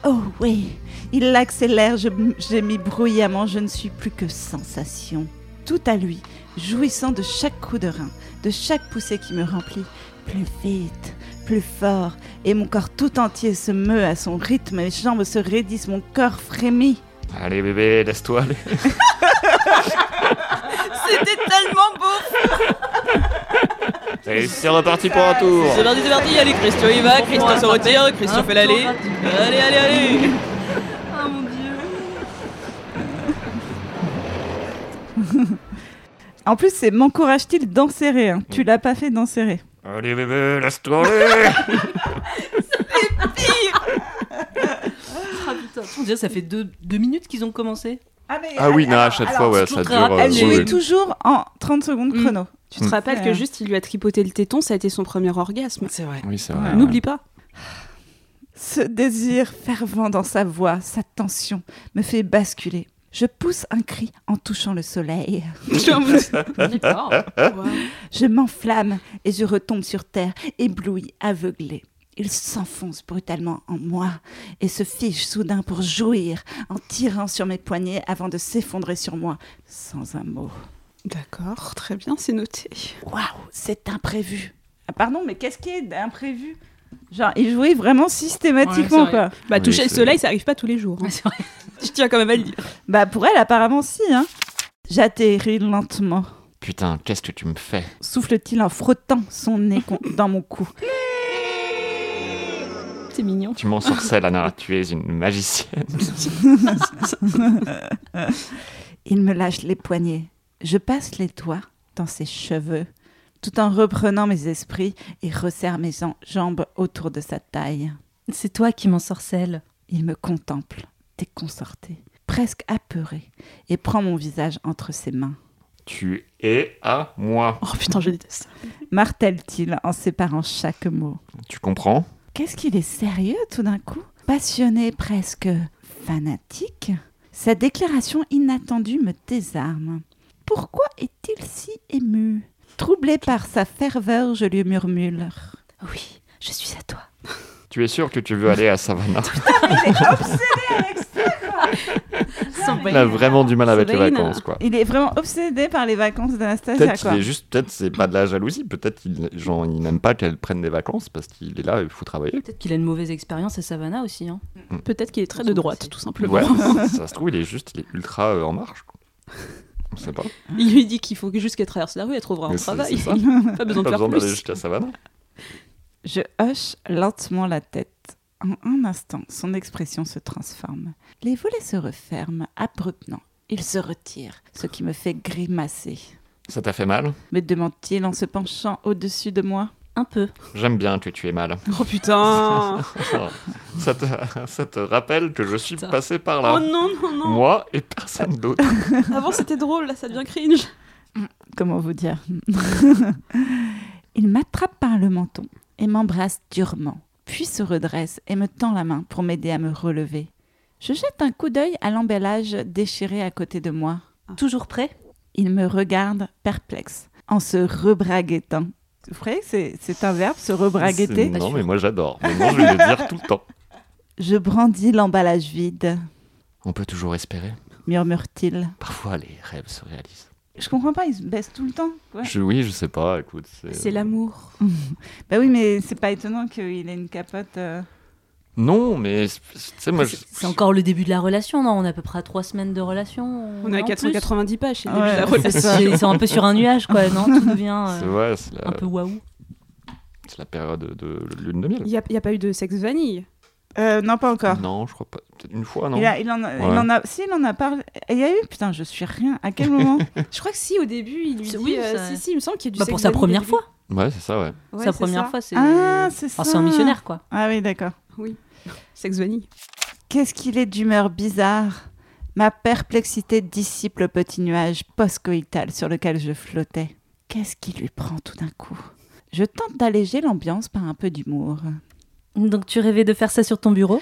Speaker 4: Oh oui, il l'accélère, je m- gémis bruyamment, je ne suis plus que sensation. Tout à lui, jouissant de chaque coup de rein, de chaque poussée qui me remplit. Plus vite, plus fort, et mon corps tout entier se meut à son rythme, mes jambes se raidissent, mon corps frémit.
Speaker 6: Allez bébé, laisse-toi aller.
Speaker 2: C'était tellement beau
Speaker 6: Et c'est reparti pour un tour.
Speaker 2: C'est parti, c'est parti, allez, Christian il va, Christian se retire,
Speaker 1: Hein
Speaker 2: Christian fait l'aller.
Speaker 1: Euh,
Speaker 2: Allez, allez, allez
Speaker 1: Ah,
Speaker 4: En plus, c'est m'encourage-t-il d'enserrer. hein. Tu l'as pas fait d'enserrer.
Speaker 6: Allez bébé, laisse-toi aller.
Speaker 1: Ah, putain. On dirait que ça fait deux, deux minutes qu'ils ont commencé.
Speaker 4: Ah, mais,
Speaker 6: Ah oui, non, à chaque fois ouais,
Speaker 1: c'est
Speaker 6: ça
Speaker 1: toujours
Speaker 6: dure.
Speaker 1: très
Speaker 6: euh,
Speaker 4: Elle
Speaker 6: oui,
Speaker 4: jouait
Speaker 6: oui.
Speaker 4: toujours en 30 secondes
Speaker 2: Mm.
Speaker 4: chrono.
Speaker 2: Tu te rappelles que juste il lui a tripoté le téton, ça a été son premier orgasme.
Speaker 1: C'est vrai.
Speaker 6: Oui, c'est vrai.
Speaker 2: N'oublie pas.
Speaker 4: Ce désir fervent dans sa voix, sa tension, me fait basculer. Je pousse un cri en touchant le soleil.
Speaker 1: D'accord.
Speaker 4: Je m'enflamme et je retombe sur terre, éblouie, aveuglée. Il s'enfonce brutalement en moi et se fiche soudain pour jouir en tirant sur mes poignets avant de s'effondrer sur moi sans un mot.
Speaker 2: D'accord, très bien, c'est noté.
Speaker 4: Waouh, c'est imprévu. Ah pardon, mais qu'est-ce qui est d'imprévu Genre, il jouait vraiment systématiquement,
Speaker 1: Ouais, c'est
Speaker 4: quoi.
Speaker 2: Bah,
Speaker 6: Oui,
Speaker 2: toucher le
Speaker 6: c'est-
Speaker 2: soleil, ça arrive pas tous les jours. hein.
Speaker 1: C'est vrai.
Speaker 2: Je tiens quand même à le dire.
Speaker 4: Bah, pour elle, apparemment, si, hein. J'atterris lentement,
Speaker 5: Putain, qu'est-ce que tu me fais
Speaker 4: souffle-t-il en frottant son nez con- dans mon cou.
Speaker 2: C'est mignon.
Speaker 5: Tu m'ensorcelles, Anna, tu es une magicienne.
Speaker 4: Il me lâche les poignets. Je passe les doigts dans ses cheveux, tout en reprenant mes esprits et resserre mes en- jambes autour de sa taille.
Speaker 1: C'est toi qui m'ensorcelle.
Speaker 4: Il me contemple, déconcerté, presque apeuré, et prend mon visage entre ses mains.
Speaker 5: Tu es à moi.
Speaker 2: Oh putain, je déteste. ça.
Speaker 4: Martèle-t-il en séparant chaque mot.
Speaker 5: Tu comprends
Speaker 4: Qu'est-ce qu'il est sérieux tout d'un coup Passionné, presque fanatique Sa déclaration inattendue me désarme. Pourquoi est-il si ému Troublé par sa ferveur, je lui murmure.
Speaker 1: Oui, je suis à toi.
Speaker 5: Tu es sûr que tu veux aller à Savannah Il a vraiment du mal avec les
Speaker 2: Savannah.
Speaker 5: vacances, quoi.
Speaker 4: Il est vraiment obsédé par les vacances d'Anastasia,
Speaker 5: Peut-être qu'il
Speaker 4: quoi.
Speaker 5: est juste, peut-être c'est pas de la jalousie, peut-être qu'il genre, il n'aime pas qu'elle prenne des vacances parce qu'il est là, il faut travailler.
Speaker 1: Peut-être qu'il a une mauvaise expérience à Savannah aussi. Hein.
Speaker 2: Peut-être qu'il est très de droite, tout simplement.
Speaker 5: Ouais, ça se trouve, il est juste, il est ultra euh, en marche. Quoi. On sait pas.
Speaker 2: Il lui dit qu'il faut que juste qu'elle traverse la rue, elle trouvera un
Speaker 5: Mais c'est-
Speaker 2: travail.
Speaker 5: c'est ça.
Speaker 2: Pas besoin de
Speaker 5: Pas
Speaker 2: faire
Speaker 5: besoin d'aller
Speaker 2: plus.
Speaker 5: jusqu'à Savannah.
Speaker 4: Je hoche lentement la tête. En un instant, son expression se transforme. Les volets se referment abruptement. Il se retire, ce qui me fait grimacer.
Speaker 5: Ça t'a fait mal
Speaker 4: Me demande-t-il en se penchant au-dessus de moi.
Speaker 1: Un peu.
Speaker 5: J'aime bien que tu aies mal.
Speaker 2: Oh putain
Speaker 5: ça, te, ça te rappelle que je suis
Speaker 1: Putain.
Speaker 5: passé par
Speaker 2: Oh
Speaker 5: là.
Speaker 2: non, non, non
Speaker 5: Moi et personne d'autre.
Speaker 2: Avant c'était drôle, là ça devient cringe.
Speaker 4: Comment vous dire Il m'attrape par le menton et m'embrasse durement, puis se redresse et me tend la main pour m'aider à me relever. Je jette un coup d'œil à l'embellage déchiré à côté de moi.
Speaker 1: Toujours prêt
Speaker 4: Il me regarde perplexe, en se rebraguettant. Vous voyez, c'est c'est un verbe, se
Speaker 5: C'est-
Speaker 4: rebragueter.
Speaker 5: Non, mais moi j'adore. Mais moi je vais le dire tout le temps.
Speaker 4: Je brandis l'emballage vide,
Speaker 5: On peut toujours espérer.
Speaker 4: murmure-t-il.
Speaker 5: Parfois les rêves se réalisent.
Speaker 4: Je comprends pas, il se baisse tout le temps. Ouais.
Speaker 5: Je- oui, je sais pas, écoute.
Speaker 2: C'est l'amour.
Speaker 4: Bah oui, mais c'est pas étonnant qu'il ait une capote. euh.
Speaker 5: Non, mais c'est- tu sais, moi je.
Speaker 1: C'est encore le début de la relation, non On est à peu près à trois semaines de relation.
Speaker 2: On est à
Speaker 1: en
Speaker 2: 490 pages, c'est le
Speaker 4: Ouais.
Speaker 2: début de la
Speaker 1: plus.
Speaker 2: relation.
Speaker 1: C'est c'est un peu sur un nuage, quoi, non Tout devient euh,
Speaker 5: C'est ouais, c'est la,
Speaker 1: un peu waouh.
Speaker 5: c'est la période de lune de miel.
Speaker 2: Il n'y a, il y a pas eu de sexe vanille.
Speaker 4: Euh, non, pas encore.
Speaker 5: Non, je crois pas. Peut-être une fois, non
Speaker 4: Il, a- il en a, il
Speaker 5: Ouais.
Speaker 4: en a- si, il en a parlé. Il y a eu, putain, je suis rien. À quel moment
Speaker 2: Je crois que si, au début, il lui
Speaker 1: C'est-
Speaker 2: dit...
Speaker 1: oui,
Speaker 2: euh,
Speaker 1: ça-
Speaker 2: si, si, il me semble qu'il y a du
Speaker 1: Bah,
Speaker 2: sexe
Speaker 1: pour sa
Speaker 2: vanille au
Speaker 1: première
Speaker 2: début.
Speaker 1: fois.
Speaker 5: Ouais, c'est ça, ouais.
Speaker 2: Ouais,
Speaker 1: sa
Speaker 2: c'est
Speaker 1: première
Speaker 2: ça.
Speaker 1: fois, c'est
Speaker 4: Ah, c'est ça.
Speaker 1: Enfin, c'est un missionnaire, quoi.
Speaker 4: Ah oui, d'accord.
Speaker 2: Sexe vanille.
Speaker 4: Qu'est-ce qu'il est d'humeur bizarre Ma perplexité dissipe le petit nuage post-coïtal sur lequel je flottais. Qu'est-ce qui lui prend tout d'un coup Je tente d'alléger l'ambiance par un peu d'humour.
Speaker 1: Donc tu rêvais de faire ça sur ton bureau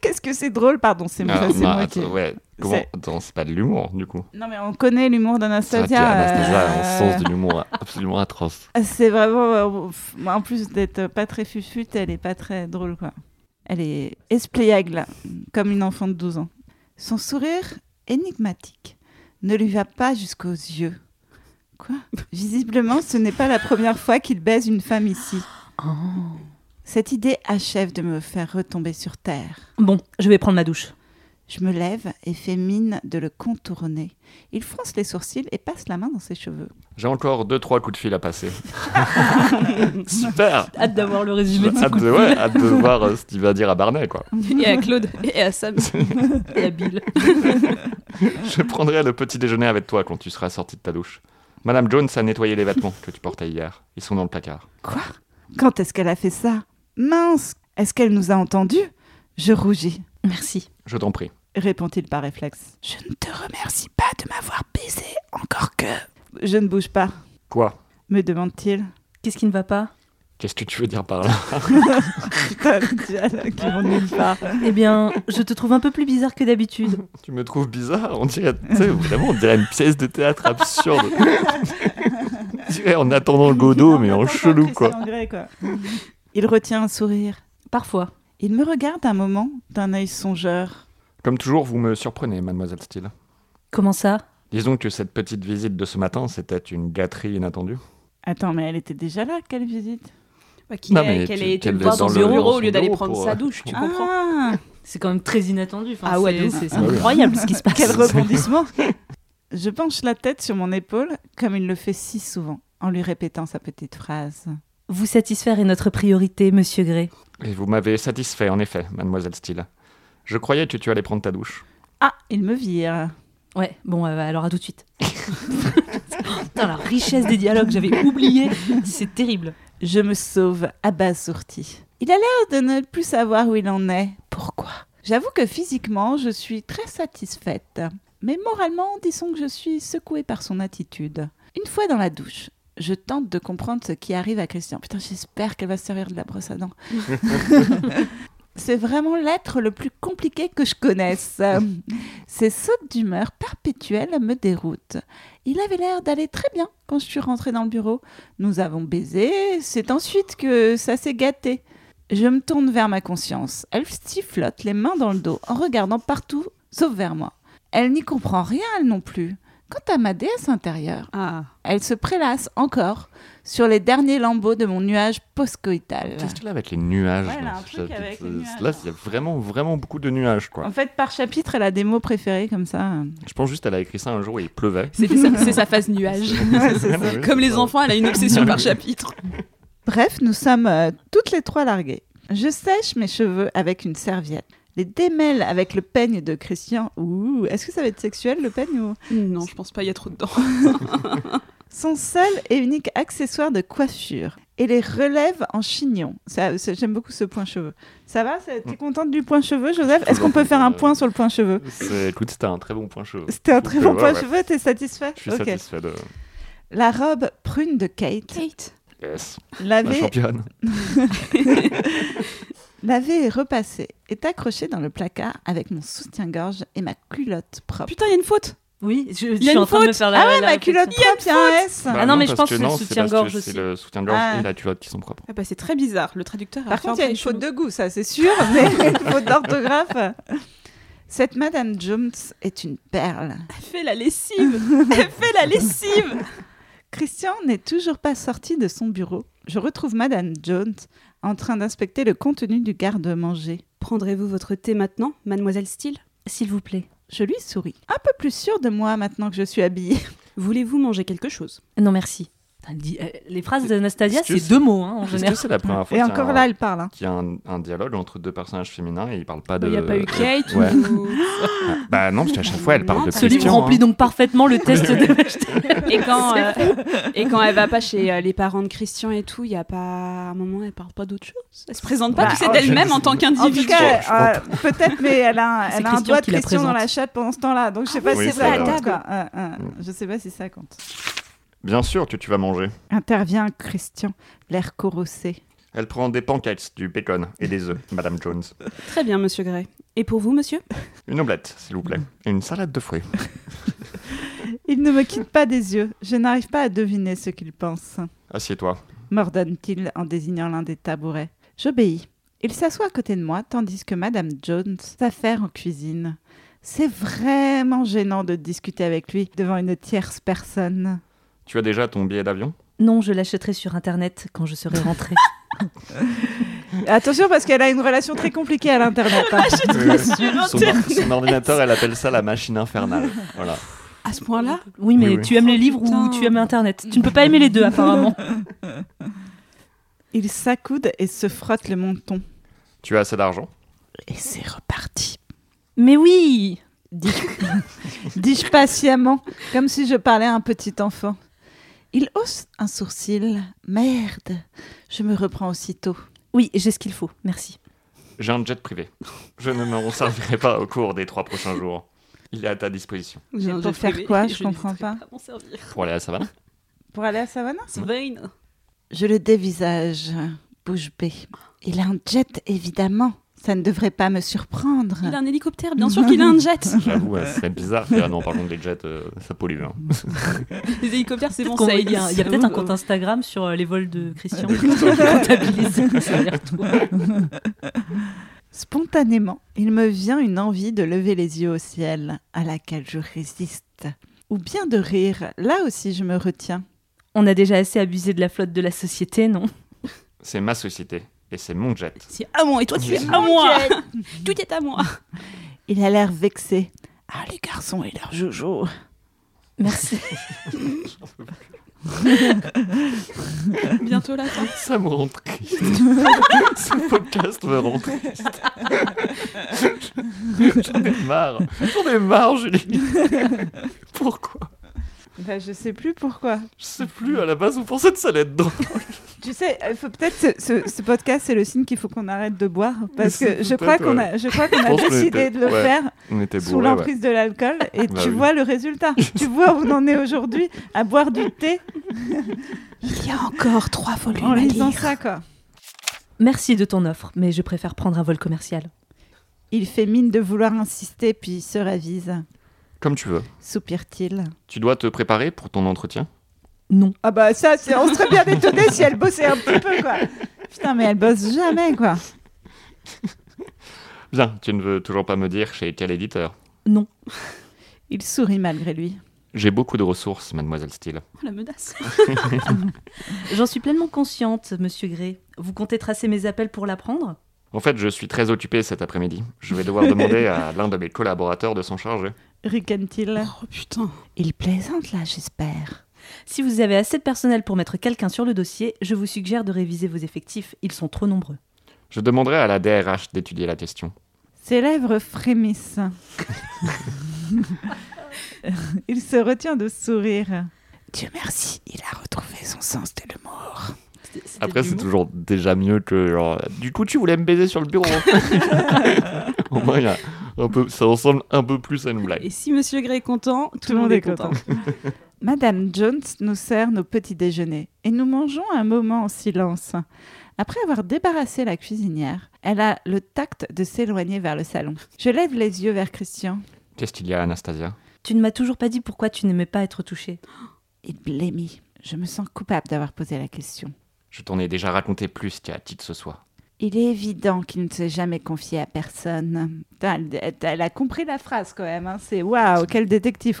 Speaker 4: Qu'est-ce que c'est drôle, pardon, c'est moi,
Speaker 5: Ah,
Speaker 4: c'est
Speaker 5: non,
Speaker 4: moi
Speaker 5: attends,
Speaker 4: qui-
Speaker 5: ouais. Comment
Speaker 4: c'est-
Speaker 5: Attends, c'est pas de l'humour, du coup.
Speaker 4: Non mais on connaît l'humour
Speaker 5: C'est vrai
Speaker 4: d'Anastasia.
Speaker 5: qu'Anastasia a un
Speaker 4: euh,
Speaker 5: sens de l'humour absolument atroce.
Speaker 4: C'est vraiment. euh, pff, En plus d'être pas très fufute, elle est pas très drôle, quoi. Elle est espliègle, comme une enfant de 12 ans. Son sourire énigmatique ne lui va pas jusqu'aux yeux. Quoi Visiblement, ce n'est pas la première fois qu'il baise une femme ici. Cette idée achève de me faire retomber sur terre.
Speaker 1: Bon, je vais prendre ma douche.
Speaker 4: Je me lève et fais mine de le contourner. Il fronce les sourcils et passe la main dans ses cheveux.
Speaker 5: J'ai encore deux, trois coups de fil à passer. Super
Speaker 1: Hâte d'avoir le résumé de ce
Speaker 5: hâte,
Speaker 1: coup
Speaker 5: de, Ah, bah ouais, hâte de voir euh, ce qu'il va dire à Barnet, quoi.
Speaker 2: Et à Claude, et à Sam.
Speaker 1: et à Bill.
Speaker 5: Je prendrai le petit déjeuner avec toi quand tu seras sorti de ta douche. Madame Jones a nettoyé les vêtements que tu portais hier. Ils sont dans le placard.
Speaker 4: Quoi Quand est-ce qu'elle a fait ça Mince Est-ce qu'elle nous a entendus Je rougis,
Speaker 1: Merci.
Speaker 5: Je t'en prie.
Speaker 4: répond-il par réflexe. Je ne te remercie pas de m'avoir baisé, encore que. Je ne bouge pas,
Speaker 5: Quoi
Speaker 4: me demande-t-il.
Speaker 1: Qu'est-ce qui ne va pas
Speaker 5: Qu'est-ce que tu veux dire par là
Speaker 4: Putain, le dialogue, ils vont nulle part.
Speaker 1: Eh bien, je te trouve un peu plus bizarre que d'habitude.
Speaker 5: Tu me trouves bizarre On dirait, tu sais, vraiment, on dirait une pièce de théâtre absurde. on dirait en attendant Godot, mais en
Speaker 4: Attends,
Speaker 5: chelou,
Speaker 4: Christian
Speaker 5: quoi.
Speaker 4: Grey, quoi. Il retient un sourire.
Speaker 1: Parfois.
Speaker 4: Il me regarde un moment d'un œil songeur.
Speaker 5: Comme toujours, vous me surprenez, mademoiselle Steele.
Speaker 1: Comment ça
Speaker 5: Disons que cette petite visite de ce matin, c'était une gâterie inattendue.
Speaker 4: Attends, mais elle était déjà là, quelle visite
Speaker 2: Ouais, qu'il
Speaker 5: Non,
Speaker 2: ait-
Speaker 5: mais
Speaker 2: qu'elle
Speaker 5: tu-
Speaker 2: ait été
Speaker 5: qu'elle
Speaker 2: le voir
Speaker 5: laisse dans
Speaker 2: dans
Speaker 5: le-
Speaker 2: le bureau
Speaker 5: dans
Speaker 2: au
Speaker 5: son
Speaker 2: lieu d'aller
Speaker 5: bureau
Speaker 2: prendre
Speaker 5: pour,
Speaker 2: sa
Speaker 5: euh,
Speaker 2: douche, tu comprends
Speaker 4: Ah,
Speaker 1: C'est quand même très inattendu. Enfin,
Speaker 2: Ah ouais,
Speaker 1: c'est-
Speaker 2: de ouf.
Speaker 1: c'est c'est
Speaker 5: Ah ouais.
Speaker 1: incroyable ce qui se passe.
Speaker 4: quel rebondissement Je penche la tête sur mon épaule, comme il le fait si souvent, en lui répétant sa petite phrase.
Speaker 1: Vous satisfaire est notre priorité, monsieur Gray.
Speaker 5: Et vous m'avez satisfait, en effet, mademoiselle Steele. Je croyais que tu allais prendre ta douche.
Speaker 4: Ah, il me vire.
Speaker 1: Ouais, bon, euh, alors à tout de suite. Putain, la richesse des dialogues, j'avais oublié. C'est terrible.
Speaker 4: Je me sauve abasourti. Il a l'air de ne plus savoir où il en est. Pourquoi J'avoue que physiquement, je suis très satisfaite. Mais moralement, disons que je suis secouée par son attitude. Une fois dans la douche, je tente de comprendre ce qui arrive à Christian. Putain, j'espère qu'elle va se servir de la brosse à dents. C'est vraiment l'être le plus compliqué que je connaisse. Ses sautes d'humeur perpétuelles me déroutent. Il avait l'air d'aller très bien quand je suis rentrée dans le bureau. Nous avons baisé, c'est ensuite que ça s'est gâté. Je me tourne vers ma conscience. Elle sifflote les mains dans le dos en regardant partout, sauf vers moi. Elle n'y comprend rien, elle non plus. Quant à ma déesse intérieure,
Speaker 2: Ah,
Speaker 4: elle se prélasse encore sur les derniers lambeaux de mon nuage postcoïtal.
Speaker 5: Qu'est-ce qu'elle a avec les nuages
Speaker 4: Ouais, elle a
Speaker 5: là
Speaker 4: un truc avec les nuages.
Speaker 5: euh, Là, il y a vraiment, vraiment beaucoup de nuages, quoi.
Speaker 4: En fait, par chapitre, elle a des mots préférés comme ça.
Speaker 5: Je pense juste qu'elle a écrit ça un jour et il pleuvait.
Speaker 2: c'est c'est sa phase nuage.
Speaker 5: Comme
Speaker 2: Les enfants, elle a une obsession par chapitre.
Speaker 4: Bref, nous sommes euh, toutes les trois larguées. Je sèche mes cheveux avec une serviette. Les démêle avec le peigne de Christian. Ouh, est-ce que ça va être sexuel le peigne ou...
Speaker 2: Non, je pense pas, il y a trop dedans.
Speaker 4: Son seul et unique accessoire de coiffure. Et les relève en chignon. Ça, ça- J'aime beaucoup ce point cheveux. Ça va ça-
Speaker 5: Mm.
Speaker 4: T'es contente du point cheveux, Joseph Est-ce qu'on peut faire un point sur le point cheveux
Speaker 5: C'est- Écoute, c'était un très bon point chaud.
Speaker 4: C'était un très bon
Speaker 5: Ouais,
Speaker 4: point
Speaker 5: ouais.
Speaker 4: cheveux, t'es satisfait
Speaker 5: Je suis
Speaker 4: Ok.
Speaker 5: satisfait de.
Speaker 4: La robe prune de Kate,
Speaker 2: Kate.
Speaker 5: Yes, la
Speaker 4: lavée
Speaker 5: championne.
Speaker 4: Lavé et repassé est accroché dans le placard avec mon soutien-gorge et ma culotte propre.
Speaker 2: Putain, il y a une faute.
Speaker 1: Oui, je, je
Speaker 2: y a
Speaker 1: suis
Speaker 2: une
Speaker 1: en train de me faire la.
Speaker 4: ah ouais,
Speaker 1: la
Speaker 4: ma
Speaker 1: réflexion.
Speaker 4: culotte propre, il y a un S.
Speaker 5: Bah
Speaker 1: Ah non, mais je
Speaker 5: parce
Speaker 1: pense que
Speaker 5: non,
Speaker 1: le
Speaker 5: c'est la-
Speaker 1: soutien-gorge
Speaker 5: c'est-
Speaker 1: aussi.
Speaker 5: C'est le soutien-gorge
Speaker 4: Ah.
Speaker 5: et la culotte qui sont propres.
Speaker 2: Ah bah, c'est très bizarre. Le traducteur a
Speaker 4: Par
Speaker 2: fait
Speaker 4: contre, il y a
Speaker 2: entrer
Speaker 4: une
Speaker 2: chelou.
Speaker 4: faute de goût, ça c'est sûr, mais une faute d'orthographe. Cette Madame Jones est une perle.
Speaker 2: Elle fait la lessive. Elle fait la lessive.
Speaker 4: Christian n'est toujours pas sorti de son bureau. Je retrouve Madame Jones en train d'inspecter le contenu du garde-manger.
Speaker 2: Prendrez-vous votre thé maintenant, mademoiselle Steele
Speaker 1: S'il vous plaît.
Speaker 4: Je lui souris. Un peu plus sûre de moi maintenant que je suis habillée.
Speaker 2: Voulez-vous manger quelque chose
Speaker 1: Non, merci. Putain, elle dit- euh, les phrases de Anastasia,
Speaker 5: Est-ce que
Speaker 1: c'est
Speaker 5: c'est-
Speaker 1: deux mots hein, en
Speaker 5: Est-ce que
Speaker 1: général.
Speaker 5: c'est la première fois
Speaker 4: Et
Speaker 5: qu'il y a
Speaker 4: encore
Speaker 5: un-
Speaker 4: là, elle parle. hein.
Speaker 5: qu'il y a un, un dialogue entre deux personnages féminins et ils parlent pas de.
Speaker 2: Il n'y a pas eu Kate
Speaker 5: Euh, Ouais.
Speaker 2: ou...
Speaker 5: Bah non, parce qu'à chaque fois, elle parle de
Speaker 1: Ce livre
Speaker 5: Christian,
Speaker 1: remplit
Speaker 5: hein.
Speaker 1: donc parfaitement le test de
Speaker 2: Et quand, euh, et quand elle va pas chez euh, les parents de Christian et tout, il y a pas à un moment elle parle pas d'autre chose. Elle se présente pas,
Speaker 4: Bah,
Speaker 2: tu sais,
Speaker 4: en-
Speaker 2: d'elle-même en tant
Speaker 4: En tout
Speaker 2: qu'individu.
Speaker 4: cas, euh, peut-être, mais elle a, un-
Speaker 1: C'est
Speaker 4: elle a un
Speaker 1: Christian
Speaker 4: doigt de
Speaker 1: qui la
Speaker 4: Christian dans
Speaker 1: présente. Ah
Speaker 4: la chatte pendant ce temps-là, donc je sais pas
Speaker 5: oui,
Speaker 4: si
Speaker 5: c'est
Speaker 4: ça
Speaker 5: vrai.
Speaker 4: compte. quoi. Euh, euh, je sais pas si ça compte.
Speaker 5: Bien sûr que tu vas manger.
Speaker 4: Intervient Christian, l'air corrossé.
Speaker 5: Elle prend des pancakes, du bacon et des œufs, Madame Jones.
Speaker 2: Très bien, monsieur Gray. Et pour vous, monsieur
Speaker 5: Une omelette, s'il vous plaît. Et une salade de fruits.
Speaker 4: Il ne me quitte pas des yeux. Je n'arrive pas à deviner ce qu'il pense.
Speaker 5: Assieds-toi.
Speaker 4: M'ordonne-t-il en désignant l'un des tabourets. J'obéis. Il s'assoit à côté de moi tandis que Madame Jones s'affaire en cuisine. C'est vraiment gênant de discuter avec lui devant une tierce personne.
Speaker 5: Tu as déjà ton billet d'avion
Speaker 1: Non, je l'achèterai sur internet quand je serai rentrée.
Speaker 4: Attention parce qu'elle a une relation très compliquée à l'internet. hein.
Speaker 5: son, or- son ordinateur, elle appelle ça la machine infernale. Voilà.
Speaker 2: À ce point-là Oh,
Speaker 1: Oui, mais
Speaker 5: Oui, oui.
Speaker 1: tu aimes les livres
Speaker 2: Putain.
Speaker 1: ou tu aimes internet. Tu ne peux pas aimer les deux apparemment.
Speaker 4: Il s'accoude et se frotte le menton.
Speaker 5: Tu as assez d'argent
Speaker 4: Et c'est reparti.
Speaker 1: Mais oui.
Speaker 4: dis-je patiemment, comme si je parlais à un petit enfant. Il hausse un sourcil. Merde, je me reprends aussitôt.
Speaker 1: Oui, j'ai ce qu'il faut. Merci.
Speaker 5: J'ai un jet privé. Je ne m'en servirai pas au cours des trois prochains jours. Il est à ta disposition.
Speaker 2: J'ai un
Speaker 4: Pour
Speaker 2: jet
Speaker 4: faire
Speaker 2: privé
Speaker 4: quoi
Speaker 2: et
Speaker 4: Je comprends
Speaker 2: n'hésiterai
Speaker 4: pas.
Speaker 2: à m'en servir.
Speaker 5: Pour aller à la savane
Speaker 4: Pour aller à
Speaker 2: Ah,
Speaker 4: Savannah
Speaker 2: Svein.
Speaker 4: Je le dévisage, bouche bée. Il a un jet, évidemment. Ça ne devrait pas me surprendre.
Speaker 2: Il a un hélicoptère, bien sûr qu'il a un jet.
Speaker 5: J'avoue, ouais, c'est bizarre. Ah non, par contre, les jets, euh, ça pollue. hein.
Speaker 2: Les hélicoptères, c'est bon,
Speaker 1: qu'on-
Speaker 2: ça
Speaker 1: Il y a, il y a
Speaker 2: existe.
Speaker 1: peut-être un compte Instagram sur euh, les vols de Christian. Comptabilisé, ça a l'air tout.
Speaker 4: Spontanément, il me vient une envie de lever les yeux au ciel, à laquelle je résiste. Ou bien de rire, là aussi je me retiens.
Speaker 1: On a déjà assez abusé de la flotte de la société, non
Speaker 5: C'est ma société et c'est mon jet.
Speaker 2: C'est à moi et toi tu es à moi. Tout est à moi.
Speaker 4: Il a l'air vexé. Ah, les garçons et leurs joujou.
Speaker 1: Merci.
Speaker 2: Bientôt la fin.
Speaker 5: Ça me rend triste. Ce podcast me rend triste. J'en ai marre. J'en ai marre, Julie. Pourquoi
Speaker 4: Bah, je sais plus pourquoi.
Speaker 5: Je sais plus, à la base, vous pensez que ça allait être drôle.
Speaker 4: Tu sais, il faut peut-être ce, ce- ce podcast, c'est le signe qu'il faut qu'on arrête de boire parce
Speaker 5: Mais
Speaker 4: que
Speaker 5: c'est
Speaker 4: je crois
Speaker 5: peut-être,
Speaker 4: qu'on
Speaker 5: ouais.
Speaker 4: a, je crois qu'on
Speaker 5: Je
Speaker 4: a
Speaker 5: pense qu'on
Speaker 4: décidé
Speaker 5: était-
Speaker 4: de le
Speaker 5: ouais.
Speaker 4: faire
Speaker 5: On était
Speaker 4: sous
Speaker 5: bourrés, ouais.
Speaker 4: l'emprise de l'alcool et
Speaker 5: Bah
Speaker 4: tu
Speaker 5: oui.
Speaker 4: vois le résultat. tu vois où on en est aujourd'hui à boire du thé
Speaker 7: Il y a encore trois volumes
Speaker 4: en
Speaker 7: à
Speaker 4: lisant
Speaker 7: lire.
Speaker 4: ça quoi.
Speaker 1: Merci de ton offre, mais je préfère prendre un vol commercial.
Speaker 4: Il fait mine de vouloir insister puis se ravise,
Speaker 5: Comme tu veux.
Speaker 4: soupire-t-il.
Speaker 5: Tu dois te préparer pour ton entretien
Speaker 1: Non.
Speaker 4: Ah bah ça, c'est- on serait bien étonné si elle bossait un petit peu quoi. Putain mais elle bosse jamais quoi.
Speaker 5: Bien, tu ne veux toujours pas me dire chez quel éditeur
Speaker 4: Il sourit malgré lui.
Speaker 5: J'ai beaucoup de ressources, mademoiselle Steele.
Speaker 2: Oh, la menace.
Speaker 1: J'en suis pleinement consciente, monsieur Gray. Vous comptez tracer mes appels pour l'apprendre
Speaker 5: En fait, je suis très occupé cet après-midi. Je vais devoir demander à l'un de mes collaborateurs de s'en charger.
Speaker 4: Ricane-t-il.
Speaker 2: Oh putain.
Speaker 4: Il plaisante là, j'espère.
Speaker 1: Si vous avez assez de personnel pour mettre quelqu'un sur le dossier, je vous suggère de réviser vos effectifs. Ils sont trop nombreux.
Speaker 5: Je demanderai à la DRH d'étudier la question.
Speaker 4: Ses lèvres frémissent. il se retient de sourire. Dieu merci, il a retrouvé son sens de l'humour.
Speaker 2: C'était- c'était
Speaker 5: Après,
Speaker 2: du
Speaker 5: c'est
Speaker 2: mou.
Speaker 5: toujours déjà mieux que genre. Du coup, tu voulais me baiser sur le bureau. Au moins, il y a un peu, ça ressemble un peu plus à une blague.
Speaker 2: Et si Monsieur Gray est content, tout, le monde est content.
Speaker 4: Madame Jones nous sert nos petits déjeuners et nous mangeons un moment en silence. Après avoir débarrassé la cuisinière, elle a le tact de s'éloigner vers le salon. Je lève les yeux vers Christian.
Speaker 5: Qu'est-ce qu'il y a, Anastasia
Speaker 1: Tu ne m'as toujours pas dit pourquoi tu n'aimais pas être touchée.
Speaker 4: Il blémit. Je me sens coupable d'avoir posé la question.
Speaker 5: Je t'en ai déjà raconté plus qu'à titre ce soir.
Speaker 4: Il est évident qu'il ne s'est jamais confié à personne. Putain, Elle, elle- elle a compris la phrase quand même. hein. C'est waouh, quel détective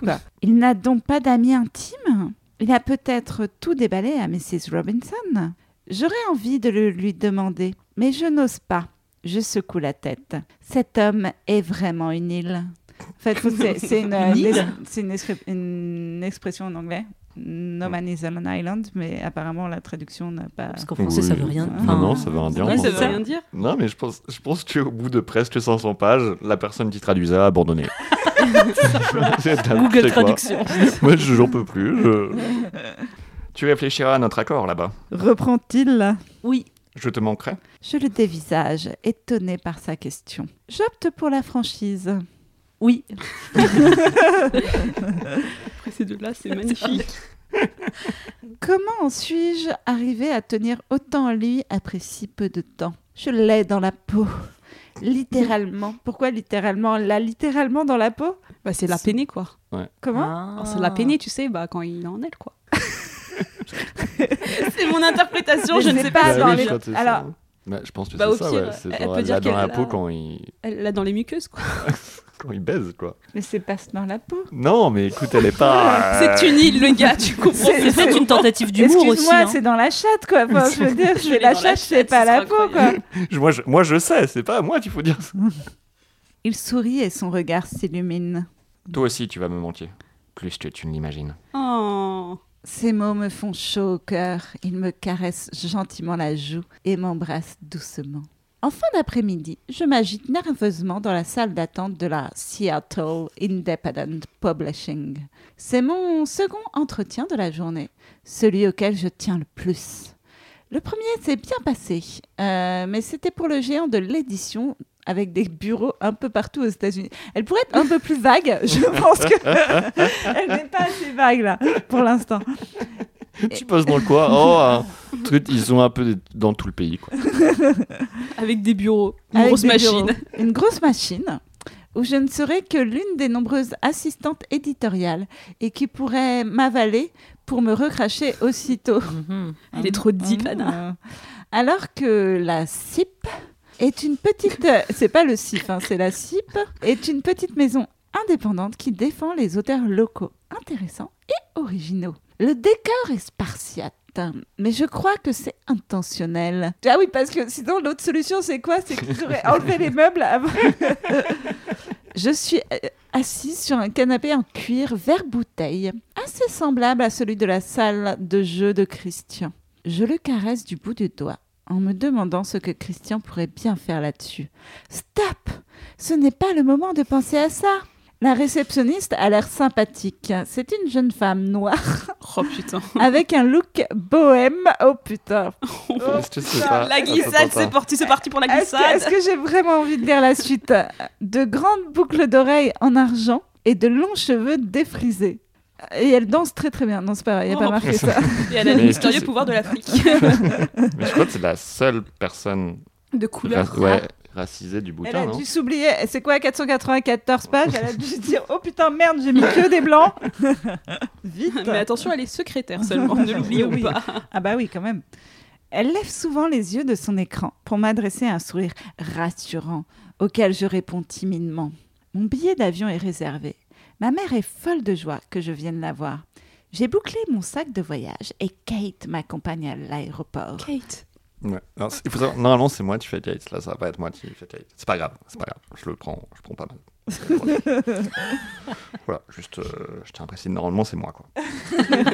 Speaker 4: quoi. Il n'a donc pas d'amis intimes. Il a peut-être tout déballé à Mrs. Robinson. J'aurais envie de le lui demander, mais je n'ose pas. Je secoue la tête. Cet homme est vraiment une île. En fait, faut- c'est c'est une, euh,
Speaker 1: Une île
Speaker 4: c'est une escri- une expression en anglais. No man is an island, mais apparemment la traduction n'a pas.
Speaker 1: Parce qu'en français, ça veut rien. Ah.
Speaker 4: Non,
Speaker 1: enfin,
Speaker 5: non, ça veut rien dire.
Speaker 2: Ouais, ça
Speaker 1: c'est
Speaker 2: veut
Speaker 1: ça.
Speaker 2: rien dire.
Speaker 5: Non, mais je pense, je pense qu'au bout de presque 500 pages, la personne qui traduisait a abandonné.
Speaker 1: Google
Speaker 5: Google
Speaker 1: Traduction.
Speaker 5: Moi, je j'en peux plus. je- tu réfléchiras à notre accord là-bas.
Speaker 4: Reprend-il là
Speaker 1: Oui,
Speaker 5: Je te manquerai.
Speaker 4: Je le dévisage, étonné par sa question. J'opte pour la franchise.
Speaker 1: oui.
Speaker 2: Après ces deux-là, c'est magnifique.
Speaker 4: Comment en suis-je arrivé à tenir autant lui après si peu de temps Je l'ai dans la peau. Littéralement. Pourquoi littéralement Là, littéralement dans la peau
Speaker 2: Bah, c'est la peinée quoi.
Speaker 1: Ah.
Speaker 4: Comment
Speaker 1: Oh,
Speaker 2: Alors, c'est la peinée, tu sais, bah, quand il est en elle quoi. c'est mon interprétation,
Speaker 4: Mais
Speaker 2: je ne
Speaker 4: c'est
Speaker 2: sais
Speaker 4: pas
Speaker 2: pas.
Speaker 5: Bah
Speaker 4: dans
Speaker 2: Ah, dans
Speaker 4: les-
Speaker 2: les...
Speaker 4: alors-
Speaker 5: je pense que
Speaker 2: Bah, au
Speaker 5: c'est ça,
Speaker 2: pire,
Speaker 5: ouais. C'est
Speaker 2: elle
Speaker 5: genre,
Speaker 2: peut
Speaker 5: elle
Speaker 2: dire
Speaker 5: l'a dans
Speaker 2: qu'elle
Speaker 5: la
Speaker 2: l'a-
Speaker 5: peau quand il...
Speaker 2: Elle l'a dans les muqueuses quoi.
Speaker 5: quand il baise, quoi.
Speaker 4: Mais c'est pas dans la peau.
Speaker 5: Non, mais écoute, elle est pas... euh,
Speaker 2: C'est une île le gars, tu comprends.
Speaker 1: C'est peut-être une tentative d'humour
Speaker 4: Excuse-moi,
Speaker 1: aussi. hein.
Speaker 4: c'est dans la chatte, quoi. Enfin, je veux dire,
Speaker 2: Je
Speaker 4: c'est
Speaker 2: l'ai
Speaker 4: la
Speaker 2: dans la
Speaker 4: chatte, c'est
Speaker 2: chatte,
Speaker 4: pas
Speaker 2: ce
Speaker 4: la
Speaker 2: sera
Speaker 4: peau, quoi.
Speaker 2: incroyable.
Speaker 5: je- moi, je, moi, je sais, c'est pas à moi qu'il faut dire ça.
Speaker 4: Il sourit et son regard s'illumine.
Speaker 5: Toi aussi, tu vas me mentir. Plus que tu ne l'imagines.
Speaker 2: Oh.
Speaker 4: Ces mots me font chaud au cœur. Ils me caressent gentiment la joue et m'embrassent doucement. En fin d'après-midi, je m'agite nerveusement dans la salle d'attente de la Seattle Independent Publishing. C'est mon second entretien de la journée, celui auquel je tiens le plus. Le premier s'est bien passé, euh, mais c'était pour le géant de l'édition avec des bureaux un peu partout aux États-Unis. Elle pourrait être un peu plus vague, je pense que elle n'est pas assez vague là pour l'instant.
Speaker 5: tu passes dans le coin. Oh, un truc, ils sont un peu des- dans tout le pays.
Speaker 2: Oh,
Speaker 5: Quoi.
Speaker 2: Avec des bureaux, une
Speaker 4: Avec
Speaker 2: grosse
Speaker 4: des bureaux.
Speaker 2: machine.
Speaker 4: Une grosse machine où je ne serai que l'une des nombreuses assistantes éditoriales et qui pourrait m'avaler pour me recracher aussitôt.
Speaker 1: Mhm.
Speaker 2: Elle est trop deep, Anna.
Speaker 4: Euh, Alors que la CIP est une petite. euh, c'est pas le CIP, hein, c'est la CIP, est une petite maison indépendante qui défend les auteurs locaux intéressants et originaux. Le décor est spartiate. Mais je crois que c'est intentionnel. Ah oui, parce que sinon, l'autre solution, c'est quoi C'est qu'ils auraient enlevé les meubles avant. Je suis euh, assise sur un canapé en cuir vert bouteille, assez semblable à celui de la salle de jeu de Christian. Je le caresse du bout du doigt en me demandant ce que Christian pourrait bien faire là-dessus. Stop Ce n'est pas le moment de penser à ça La réceptionniste a l'air sympathique. C'est une jeune femme noire
Speaker 2: Oh putain.
Speaker 4: avec un look bohème. Oh putain
Speaker 5: Est-ce que c'est pas-
Speaker 2: La
Speaker 5: Ah, attends,
Speaker 2: glissade,
Speaker 5: attends,
Speaker 2: c'est parti, c'est parti pour la
Speaker 4: Est-ce que, est-ce
Speaker 2: glissade.
Speaker 4: que j'ai vraiment envie de lire la suite De grandes boucles d'oreilles en argent et de longs cheveux défrisés. Et elle danse très très bien. Non, c'est pas vrai, il n'y a
Speaker 2: Oh,
Speaker 4: pas marqué ça.
Speaker 2: Et elle a le
Speaker 5: Mais-
Speaker 2: mystérieux pouvoir de l'Afrique.
Speaker 5: Mais je crois que c'est la seule personne
Speaker 2: De couleur.
Speaker 5: ra- ouais, racisée du
Speaker 4: Elle
Speaker 5: bouquin.
Speaker 4: a
Speaker 5: non
Speaker 4: dû s'oublier. C'est quoi 494 pages Elle a dû se dire Oh putain, merde, j'ai mis que des blancs Vite
Speaker 2: Mais attention, elle est secrétaire seulement, ne l'oublions
Speaker 4: Oui.
Speaker 2: pas.
Speaker 4: Ah bah oui, quand même. Elle lève souvent les yeux de son écran pour m'adresser un sourire rassurant auquel je réponds timidement. Mon billet d'avion est réservé. Ma mère est folle de joie que je vienne la voir. J'ai bouclé mon sac de voyage et Kate m'accompagne à l'aéroport.
Speaker 2: Kate.
Speaker 5: Ouais. Non, c'est- il faut savoir- Normalement, c'est moi qui fais Kate. Là, ça va pas être moi qui fais Kate. C'est pas grave, c'est pas grave. Je le prends, je prends pas mal. voilà, juste, euh, je tiens à préciser, normalement, c'est moi. Quoi.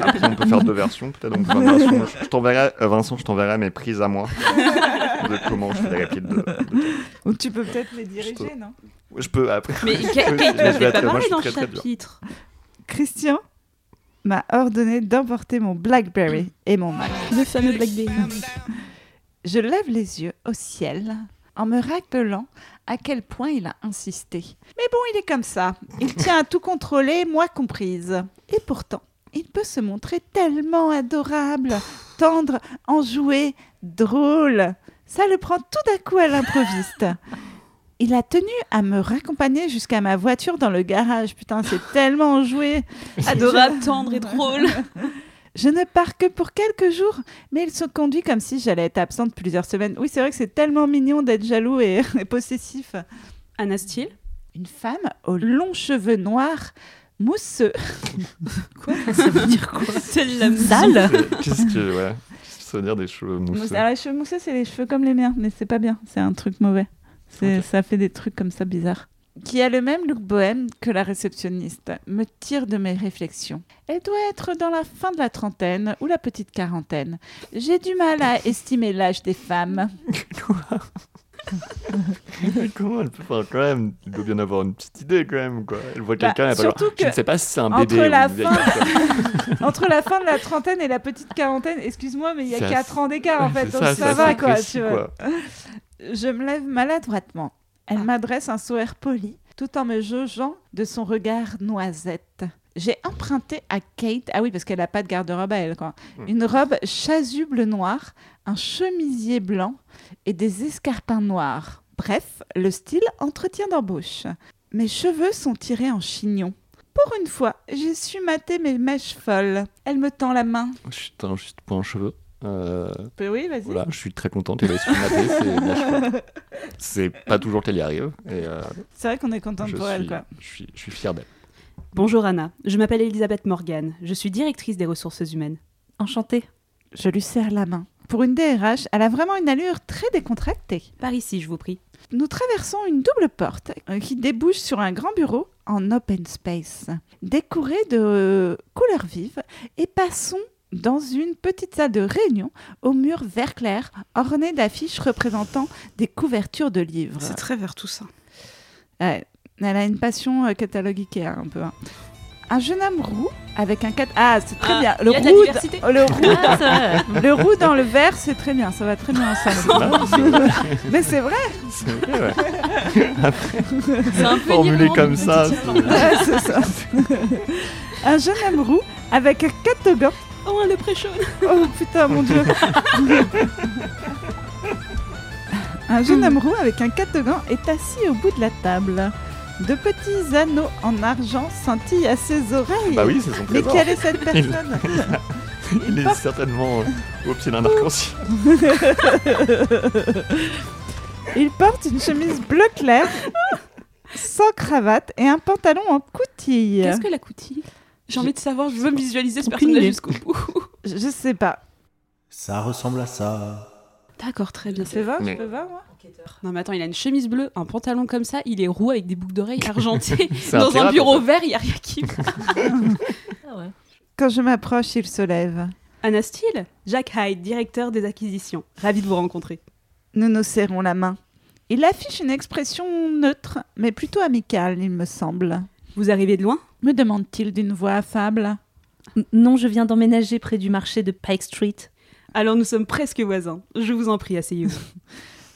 Speaker 5: Après, on peut faire deux versions, peut-être. on peut faire une version- je- Je t'enverrai, euh, Vincent, je t'enverrai mes prises à moi de comment je fais les répliques. De, de-
Speaker 4: Ou tu peux peut-être les
Speaker 5: diriger,
Speaker 4: non
Speaker 5: Ouais, Je peux après.
Speaker 2: Mais
Speaker 5: Je
Speaker 2: Kate
Speaker 5: peux-
Speaker 2: Kate
Speaker 5: je
Speaker 2: ne
Speaker 5: vais
Speaker 2: fait
Speaker 5: être-
Speaker 2: pas
Speaker 5: moi,
Speaker 2: parler
Speaker 5: je suis
Speaker 2: dans
Speaker 5: très,
Speaker 2: le
Speaker 5: très dur.
Speaker 2: chapitre.
Speaker 4: Christian m'a ordonné d'emporter mon Blackberry et mon Mac.
Speaker 2: Le fameux Blackberry.
Speaker 4: Je lève les yeux au ciel en me rappelant à quel point il a insisté. Mais bon, il est comme ça. Il tient à tout contrôler, moi comprise. Et pourtant, il peut se montrer tellement adorable, tendre, enjoué, drôle. Ça le prend tout d'un coup à l'improviste. Il a tenu à me raccompagner jusqu'à ma voiture dans le garage. Putain, c'est tellement enjoué.
Speaker 2: Adorable, tendre et drôle.
Speaker 4: Je ne pars que pour quelques jours, mais il se conduit comme si j'allais être absente plusieurs semaines. Oui, c'est vrai que c'est tellement mignon d'être jaloux et, et possessif.
Speaker 2: Anna Steele.
Speaker 4: Une femme aux longs cheveux noirs, mousseux.
Speaker 1: Ça veut dire quoi
Speaker 2: Celle la
Speaker 1: Sale
Speaker 5: C'est- Qu'est-ce que. Ouais. Qu'est-ce que ça veut dire des cheveux
Speaker 4: Mousse-
Speaker 5: mousseux
Speaker 4: Alors, les cheveux mousseux, c'est les cheveux comme les miens, mais c'est pas bien, c'est un truc mauvais. C'est-
Speaker 5: Ok.
Speaker 4: Ça fait des trucs comme ça bizarres. Qui a le même look bohème que la réceptionniste, me tire de mes réflexions. Elle doit être dans la fin de la trentaine ou la petite quarantaine. J'ai du mal à estimer l'âge des femmes.
Speaker 5: Mais Comment elle peut faire quand même Il doit bien avoir une petite idée quand même. Quoi. Elle voit
Speaker 4: Bah,
Speaker 5: quelqu'un, elle va
Speaker 4: surtout
Speaker 5: genre, Je
Speaker 4: que
Speaker 5: ne sais pas si c'est un
Speaker 4: entre
Speaker 5: bébé
Speaker 4: la
Speaker 5: ou une vieille
Speaker 4: fin-
Speaker 5: personne.
Speaker 4: Entre la fin de la trentaine et la petite quarantaine, excuse-moi, mais il y a
Speaker 5: C'est
Speaker 4: 4 ans d'écart en fait,
Speaker 5: C'est
Speaker 4: Bah, donc ça,
Speaker 5: c'est
Speaker 4: va
Speaker 5: assez
Speaker 4: quoi,
Speaker 5: précis,
Speaker 4: tu vois.
Speaker 5: quoi.
Speaker 4: Je me lève maladroitement. Elle m'adresse un sourire poli, tout en me jaugeant de son regard noisette. J'ai emprunté à Kate, ah oui, parce qu'elle n'a pas de garde-robe à elle, quoi,
Speaker 5: Hmm.
Speaker 4: une robe chasuble noire, un chemisier blanc et des escarpins noirs. Bref, le style entretien d'embauche. Mes cheveux sont tirés en chignon. Pour une fois, j'ai su mater mes mèches folles. Elle me tend la main.
Speaker 5: Juste, un- Oh, juste pour un cheveu. Euh,
Speaker 4: Oui, vas-y.
Speaker 5: voilà, je suis très content qu'elle ait su mater, c'est bien chouette. C'est pas toujours qu'elle y arrive. Et, euh,
Speaker 4: C'est vrai qu'on est content
Speaker 5: je,
Speaker 4: pour elle,
Speaker 5: suis,
Speaker 4: quoi.
Speaker 5: je, suis, je suis fier d'elle.
Speaker 2: Bonjour Anna, je m'appelle Elisabeth Morgan, je suis directrice des ressources humaines.
Speaker 1: Enchantée.
Speaker 4: Je lui serre la main. Pour une DRH, elle a vraiment une allure très décontractée.
Speaker 2: Par ici, je vous prie.
Speaker 4: Nous traversons une double porte euh, qui débouche sur un grand bureau en open space, décoré de euh, couleurs vives, et passons dans une petite salle de réunion au mur vert clair, ornée d'affiches représentant des couvertures de livres.
Speaker 2: très vers tout ça.
Speaker 4: Ouais, elle a une passion euh, catalogue Ikea, un peu. hein. Un jeune homme roux avec un cat. Ah, c'est très
Speaker 2: Ah,
Speaker 4: bien.
Speaker 2: il
Speaker 4: Le
Speaker 2: y a de la
Speaker 4: roux, Oh,
Speaker 2: diversité.
Speaker 4: le roux
Speaker 1: Ah, ça va.
Speaker 4: Le roux dans le vert, c'est très bien, ça va très bien ensemble.
Speaker 5: Ah, c'est vrai,
Speaker 4: Mais c'est vrai,
Speaker 5: c'est vrai, ouais.
Speaker 2: C'est un peu
Speaker 5: Formulé
Speaker 2: Irlande.
Speaker 5: comme ça. c'est-
Speaker 4: ouais, c'est ça. Un jeune homme roux avec un catogan
Speaker 2: Oh, le pré-chaude
Speaker 4: Oh putain, mon dieu Un jeune homme roux avec un catogan est assis au bout de la table. De petits anneaux en argent scintillent à ses oreilles.
Speaker 5: Bah oui, c'est son
Speaker 4: Mais
Speaker 5: trésor.
Speaker 4: quelle est cette personne
Speaker 5: Il est certainement euh, au pied d'un arc-en-ciel.
Speaker 4: Il porte une chemise bleu clair, sans cravate et un pantalon en coutille.
Speaker 2: Qu'est-ce que la coutille J'ai envie de savoir, je veux visualiser ce
Speaker 4: Aucune
Speaker 2: personnage
Speaker 4: idée.
Speaker 2: jusqu'au bout.
Speaker 4: Je je sais pas.
Speaker 9: Ça ressemble à ça.
Speaker 2: D'accord, très bien.
Speaker 4: Je peux voir, je
Speaker 5: Mais-
Speaker 4: peux voir, moi
Speaker 2: Non mais attends, il a une chemise bleue, un pantalon comme ça, il est roux avec des boucles d'oreilles argentées.
Speaker 5: C'est
Speaker 2: Dans un
Speaker 5: pirate,
Speaker 2: bureau vert, il n'y a rien qui va.
Speaker 1: Ah ouais.
Speaker 4: Quand je m'approche, il se lève.
Speaker 2: Anna Steele Jack Hyde, directeur des acquisitions. Ravi de vous rencontrer.
Speaker 4: Nous nous serrons la main. Il affiche une expression neutre, mais plutôt amicale, il me semble.
Speaker 2: Vous arrivez de loin
Speaker 4: Me demande-t-il d'une voix affable.
Speaker 1: N- Non, je viens d'emménager près du marché de Pike Street.
Speaker 2: Alors nous sommes presque voisins. Je vous en prie, asseyez-vous.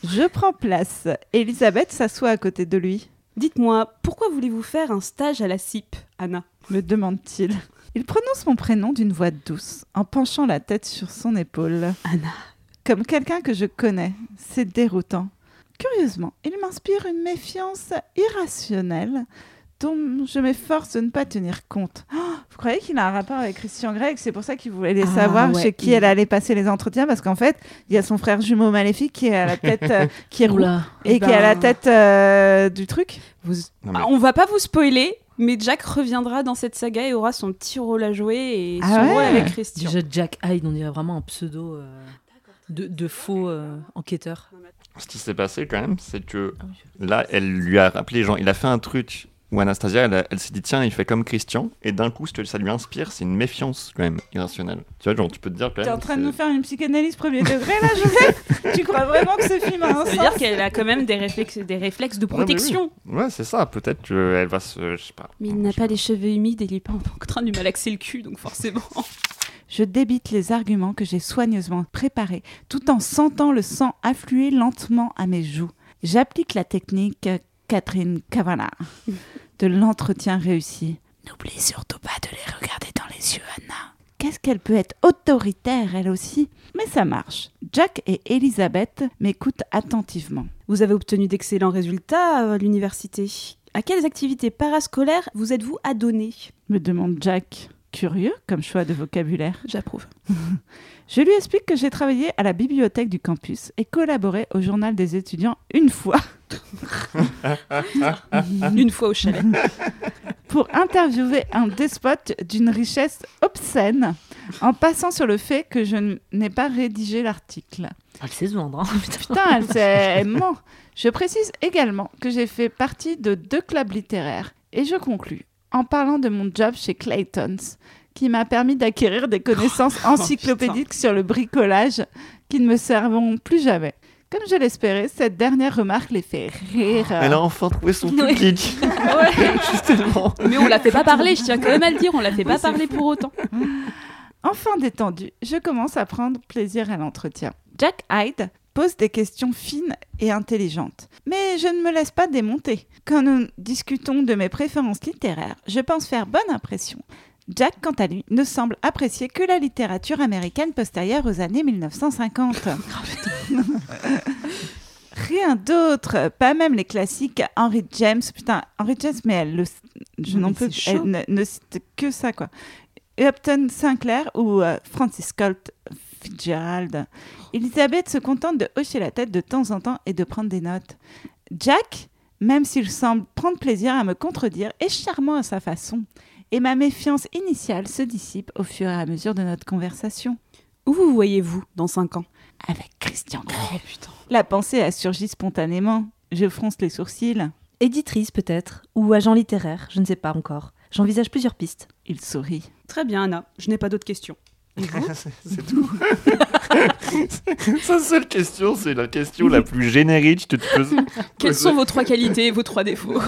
Speaker 4: Je prends place. Elisabeth s'assoit à côté de lui,
Speaker 2: Dites-moi, pourquoi voulez-vous faire un stage à la CIP, Anna
Speaker 4: me demande-t-il. Il prononce mon prénom d'une voix douce, en penchant la tête sur son épaule.
Speaker 2: Anna.
Speaker 4: Comme quelqu'un que je connais, c'est déroutant. Curieusement, il m'inspire une méfiance irrationnelle dont je m'efforce de ne pas tenir compte. Oh, vous croyez qu'il a un rapport avec Christian Grey et que c'est pour ça qu'il voulait les
Speaker 2: Ah,
Speaker 4: savoir
Speaker 2: ouais,
Speaker 4: chez qui
Speaker 2: il-
Speaker 4: elle allait passer les entretiens Parce qu'en fait, il y a son frère jumeau maléfique qui est à la tête, euh, qui est roux
Speaker 1: Oula.
Speaker 4: et
Speaker 2: Eh
Speaker 4: qui est à la
Speaker 2: ben.
Speaker 4: tête euh, du truc.
Speaker 2: Vous...
Speaker 5: Non, mais-
Speaker 2: Ah, on va pas vous spoiler, mais Jack reviendra dans cette saga et aura son petit rôle à jouer et
Speaker 4: Ah
Speaker 2: son
Speaker 4: ouais
Speaker 2: rôle avec Christian.
Speaker 1: Déjà, Jack Hyde, on dirait vraiment un pseudo euh, de, de faux euh, enquêteur.
Speaker 5: Ce qui s'est passé quand même, c'est que là, elle lui a rappelé, genre, il a fait un truc où Anastasia, elle, a- elle s'est dit, tiens, il fait comme Christian, et d'un coup, ce que ça lui inspire, c'est une méfiance quand même irrationnelle. Tu vois, genre, tu peux te dire quand
Speaker 4: T'es
Speaker 5: même.
Speaker 4: en train de
Speaker 5: c'est-
Speaker 4: nous faire une psychanalyse premier degré là, Joseph Tu crois vraiment que ce film a un
Speaker 2: Ça veut
Speaker 4: sens
Speaker 2: dire qu'elle a quand même des réflexes, des réflexes de
Speaker 5: Ouais, mais oui.
Speaker 2: protection.
Speaker 5: Ouais, c'est ça, peut-être qu'elle va se. Je sais pas.
Speaker 2: Mais il n'a pas les cheveux humides et il est pas en train de lui malaxer le cul, donc forcément.
Speaker 4: Je débite les arguments que j'ai soigneusement préparés, tout en sentant le sang affluer lentement à mes joues. J'applique la technique euh, Catherine Cavana de l'entretien réussi. N'oublie surtout pas de les regarder dans les yeux, Anna. Qu'est-ce qu'elle peut être autoritaire, elle aussi Mais ça marche. Jack et Elisabeth m'écoutent attentivement.
Speaker 2: Vous avez obtenu d'excellents résultats euh, à l'université. À quelles activités parascolaires vous êtes-vous adonné
Speaker 4: Me demande Jack. Curieux comme choix de vocabulaire.
Speaker 2: J'approuve.
Speaker 4: Je lui explique que j'ai travaillé à la bibliothèque du campus et collaboré au journal des étudiants une fois
Speaker 2: Ah. Une fois au chalet.
Speaker 4: pour interviewer un despote d'une richesse obscène en passant sur le fait que je n- n'ai pas rédigé l'article.
Speaker 1: Elle sait se vendre, hein, putain.
Speaker 4: Putain, elle, s'est- elle ment. Je précise également que j'ai fait partie de deux clubs littéraires et je conclus en parlant de mon job chez Clayton's qui m'a permis d'acquérir des connaissances encyclopédiques sur le bricolage qui ne me serviront plus jamais. Comme je l'espérais, cette dernière remarque les fait rire.
Speaker 5: Elle a enfin trouvé son
Speaker 1: Oui.
Speaker 5: public,
Speaker 2: Ouais.
Speaker 5: justement.
Speaker 2: Mais on la fait pas parler, je tiens quand même à le dire, on la fait pas parler pour autant.
Speaker 4: Enfin détendu, je commence à prendre plaisir à l'entretien. Jack Hyde pose des questions fines et intelligentes, mais je ne me laisse pas démonter. Quand nous discutons de mes préférences littéraires, je pense faire bonne impression. Jack, quant à lui, ne semble apprécier que la littérature américaine postérieure aux années 1950.
Speaker 2: Oh,
Speaker 4: Rien d'autre, pas même les classiques Henry James. Putain, Henry James, mais elle le, je
Speaker 2: Non,
Speaker 4: n'en
Speaker 2: mais
Speaker 4: peux,
Speaker 2: c'est chaud.
Speaker 4: elle ne, ne cite que ça quoi. Upton Sinclair ou euh, Francis Scott Fitzgerald. Elisabeth se contente de hocher la tête de temps en temps et de prendre des notes. Jack, même s'il semble prendre plaisir à me contredire, est charmant à sa façon. Et ma méfiance initiale se dissipe au fur et à mesure de notre conversation.
Speaker 2: Où vous voyez-vous dans 5 ans
Speaker 4: Avec Christian Grey.
Speaker 2: putain.
Speaker 4: La pensée a surgi spontanément. Je fronce les sourcils.
Speaker 1: Éditrice peut-être, ou agent littéraire, je ne sais pas encore. J'envisage plusieurs pistes.
Speaker 4: Il sourit.
Speaker 2: Très bien Anna, je n'ai pas d'autres questions.
Speaker 5: C'est c'est tout. Sa seule question, c'est la question la plus générique que tu peux.
Speaker 2: Quelles sont vos trois qualités et vos trois défauts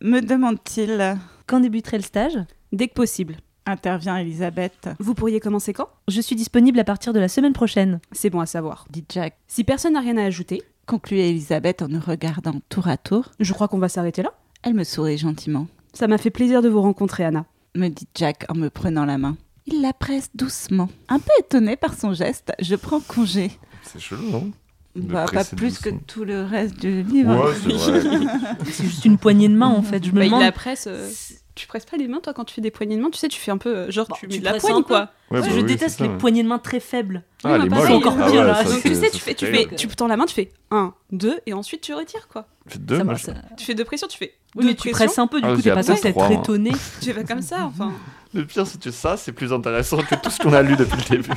Speaker 4: Me demande-t-il.
Speaker 1: Quand débuterait le stage
Speaker 2: Dès que possible.
Speaker 4: Intervient Elisabeth.
Speaker 2: Vous pourriez commencer quand
Speaker 1: Je suis disponible à partir de la semaine prochaine.
Speaker 2: C'est bon à savoir.
Speaker 4: Dit Jack.
Speaker 2: Si personne n'a rien à ajouter,
Speaker 4: Conclut Elisabeth en nous regardant tour à tour.
Speaker 2: je crois qu'on va s'arrêter là.
Speaker 4: Elle me sourit gentiment.
Speaker 2: Ça m'a fait plaisir de vous rencontrer Anna.
Speaker 4: me dit Jack en me prenant la main. Il la presse doucement. Un peu étonné par son geste, je prends congé.
Speaker 5: C'est chelou, non De
Speaker 4: Bah, pas
Speaker 5: presser
Speaker 4: plus que
Speaker 5: doucement.
Speaker 4: tout le reste du livre.
Speaker 5: Ouais, c'est vrai.
Speaker 1: C'est juste une poignée de main en fait. Je me
Speaker 2: Bah, il
Speaker 1: demande.
Speaker 2: la presse. euh, tu presses pas les mains, toi, quand tu fais des poignées de main Tu sais, tu fais un peu. euh, Genre,
Speaker 1: Bon,
Speaker 2: tu
Speaker 1: tu
Speaker 2: mets de la
Speaker 1: presses
Speaker 2: poigne,
Speaker 1: un peu.
Speaker 2: quoi.
Speaker 5: Ouais, bah
Speaker 1: je
Speaker 5: oui,
Speaker 1: déteste
Speaker 5: c'est ça,
Speaker 1: les
Speaker 5: ouais.
Speaker 1: poignées de main très faibles.
Speaker 5: Ah,
Speaker 2: Oui,
Speaker 5: les
Speaker 2: bah, pareil.
Speaker 5: molles.
Speaker 1: C'est encore pire, là.
Speaker 5: ça,
Speaker 2: Donc,
Speaker 5: c'est-
Speaker 2: tu sais, tu
Speaker 5: ça, c'est
Speaker 2: fais, tu, fais,
Speaker 5: terrible.
Speaker 2: tu tends la main, tu fais 1, 2, et ensuite tu retires, quoi.
Speaker 5: Fais deux,
Speaker 1: Ça
Speaker 5: moi,
Speaker 1: va,
Speaker 5: je-
Speaker 1: ça-
Speaker 2: Tu fais deux pressions, tu fais
Speaker 1: Oui,
Speaker 2: deux
Speaker 1: mais tu
Speaker 2: pressions.
Speaker 1: presses un peu, du
Speaker 5: Ah,
Speaker 1: coup,
Speaker 5: j'ai
Speaker 1: t'es pas
Speaker 5: appris
Speaker 1: censé être
Speaker 5: trois, moi.
Speaker 1: étonné.
Speaker 2: Tu vas comme ça, enfin.
Speaker 5: Le pire, c'est que ça, c'est plus intéressant que tout ce qu'on a lu depuis le début.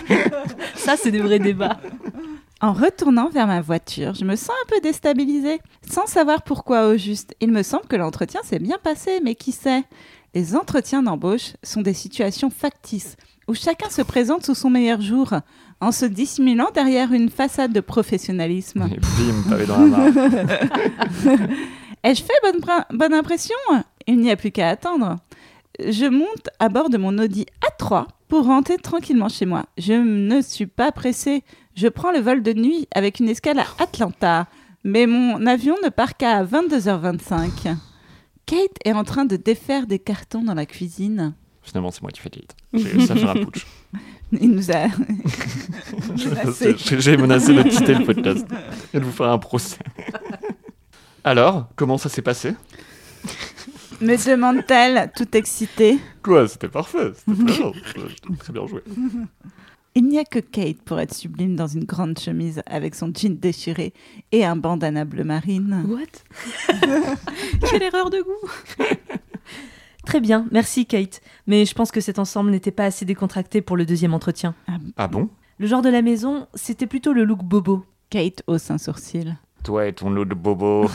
Speaker 1: Ça, c'est des vrais débats.
Speaker 4: En retournant vers ma voiture, je me sens un peu déstabilisée, sans savoir pourquoi au juste. Il me semble que l'entretien s'est bien passé, mais qui sait Les entretiens d'embauche sont des situations factices, où chacun se présente sous son meilleur jour, en se dissimulant derrière une façade de professionnalisme.
Speaker 5: Et bim, pavé dans la mare.
Speaker 4: Ai-je fait bonne, prin- bonne impression Il n'y a plus qu'à attendre. Je monte à bord de mon Audi A3 pour rentrer tranquillement chez moi. Je ne suis pas pressée. Je prends le vol de nuit avec une escale à Atlanta. Mais mon avion ne part qu'à 22h25. Kate est en train de défaire des cartons dans la cuisine.
Speaker 5: Finalement, c'est moi qui fais le lead. J'ai réussi à faire un putsch.
Speaker 4: Il nous a... Menacé.
Speaker 5: J'ai j'ai menacé de quitter le podcast et de vous faire un procès. Alors, comment ça s'est passé
Speaker 4: Me demande-t-elle, tout excitée.
Speaker 5: Quoi, c'était parfait. C'était très bien. C'était Très bien joué.
Speaker 4: Il n'y a que Kate pour être sublime dans une grande chemise avec son jean déchiré et un bandana bleu marine.
Speaker 2: What Quelle erreur de goût
Speaker 1: Très bien, merci Kate. Mais je pense que cet ensemble n'était pas assez décontracté pour le deuxième entretien.
Speaker 5: Ah bon
Speaker 1: Le genre de la maison, c'était plutôt le look bobo.
Speaker 4: Kate hausse un sourcil.
Speaker 5: Toi et ton lot de bobo.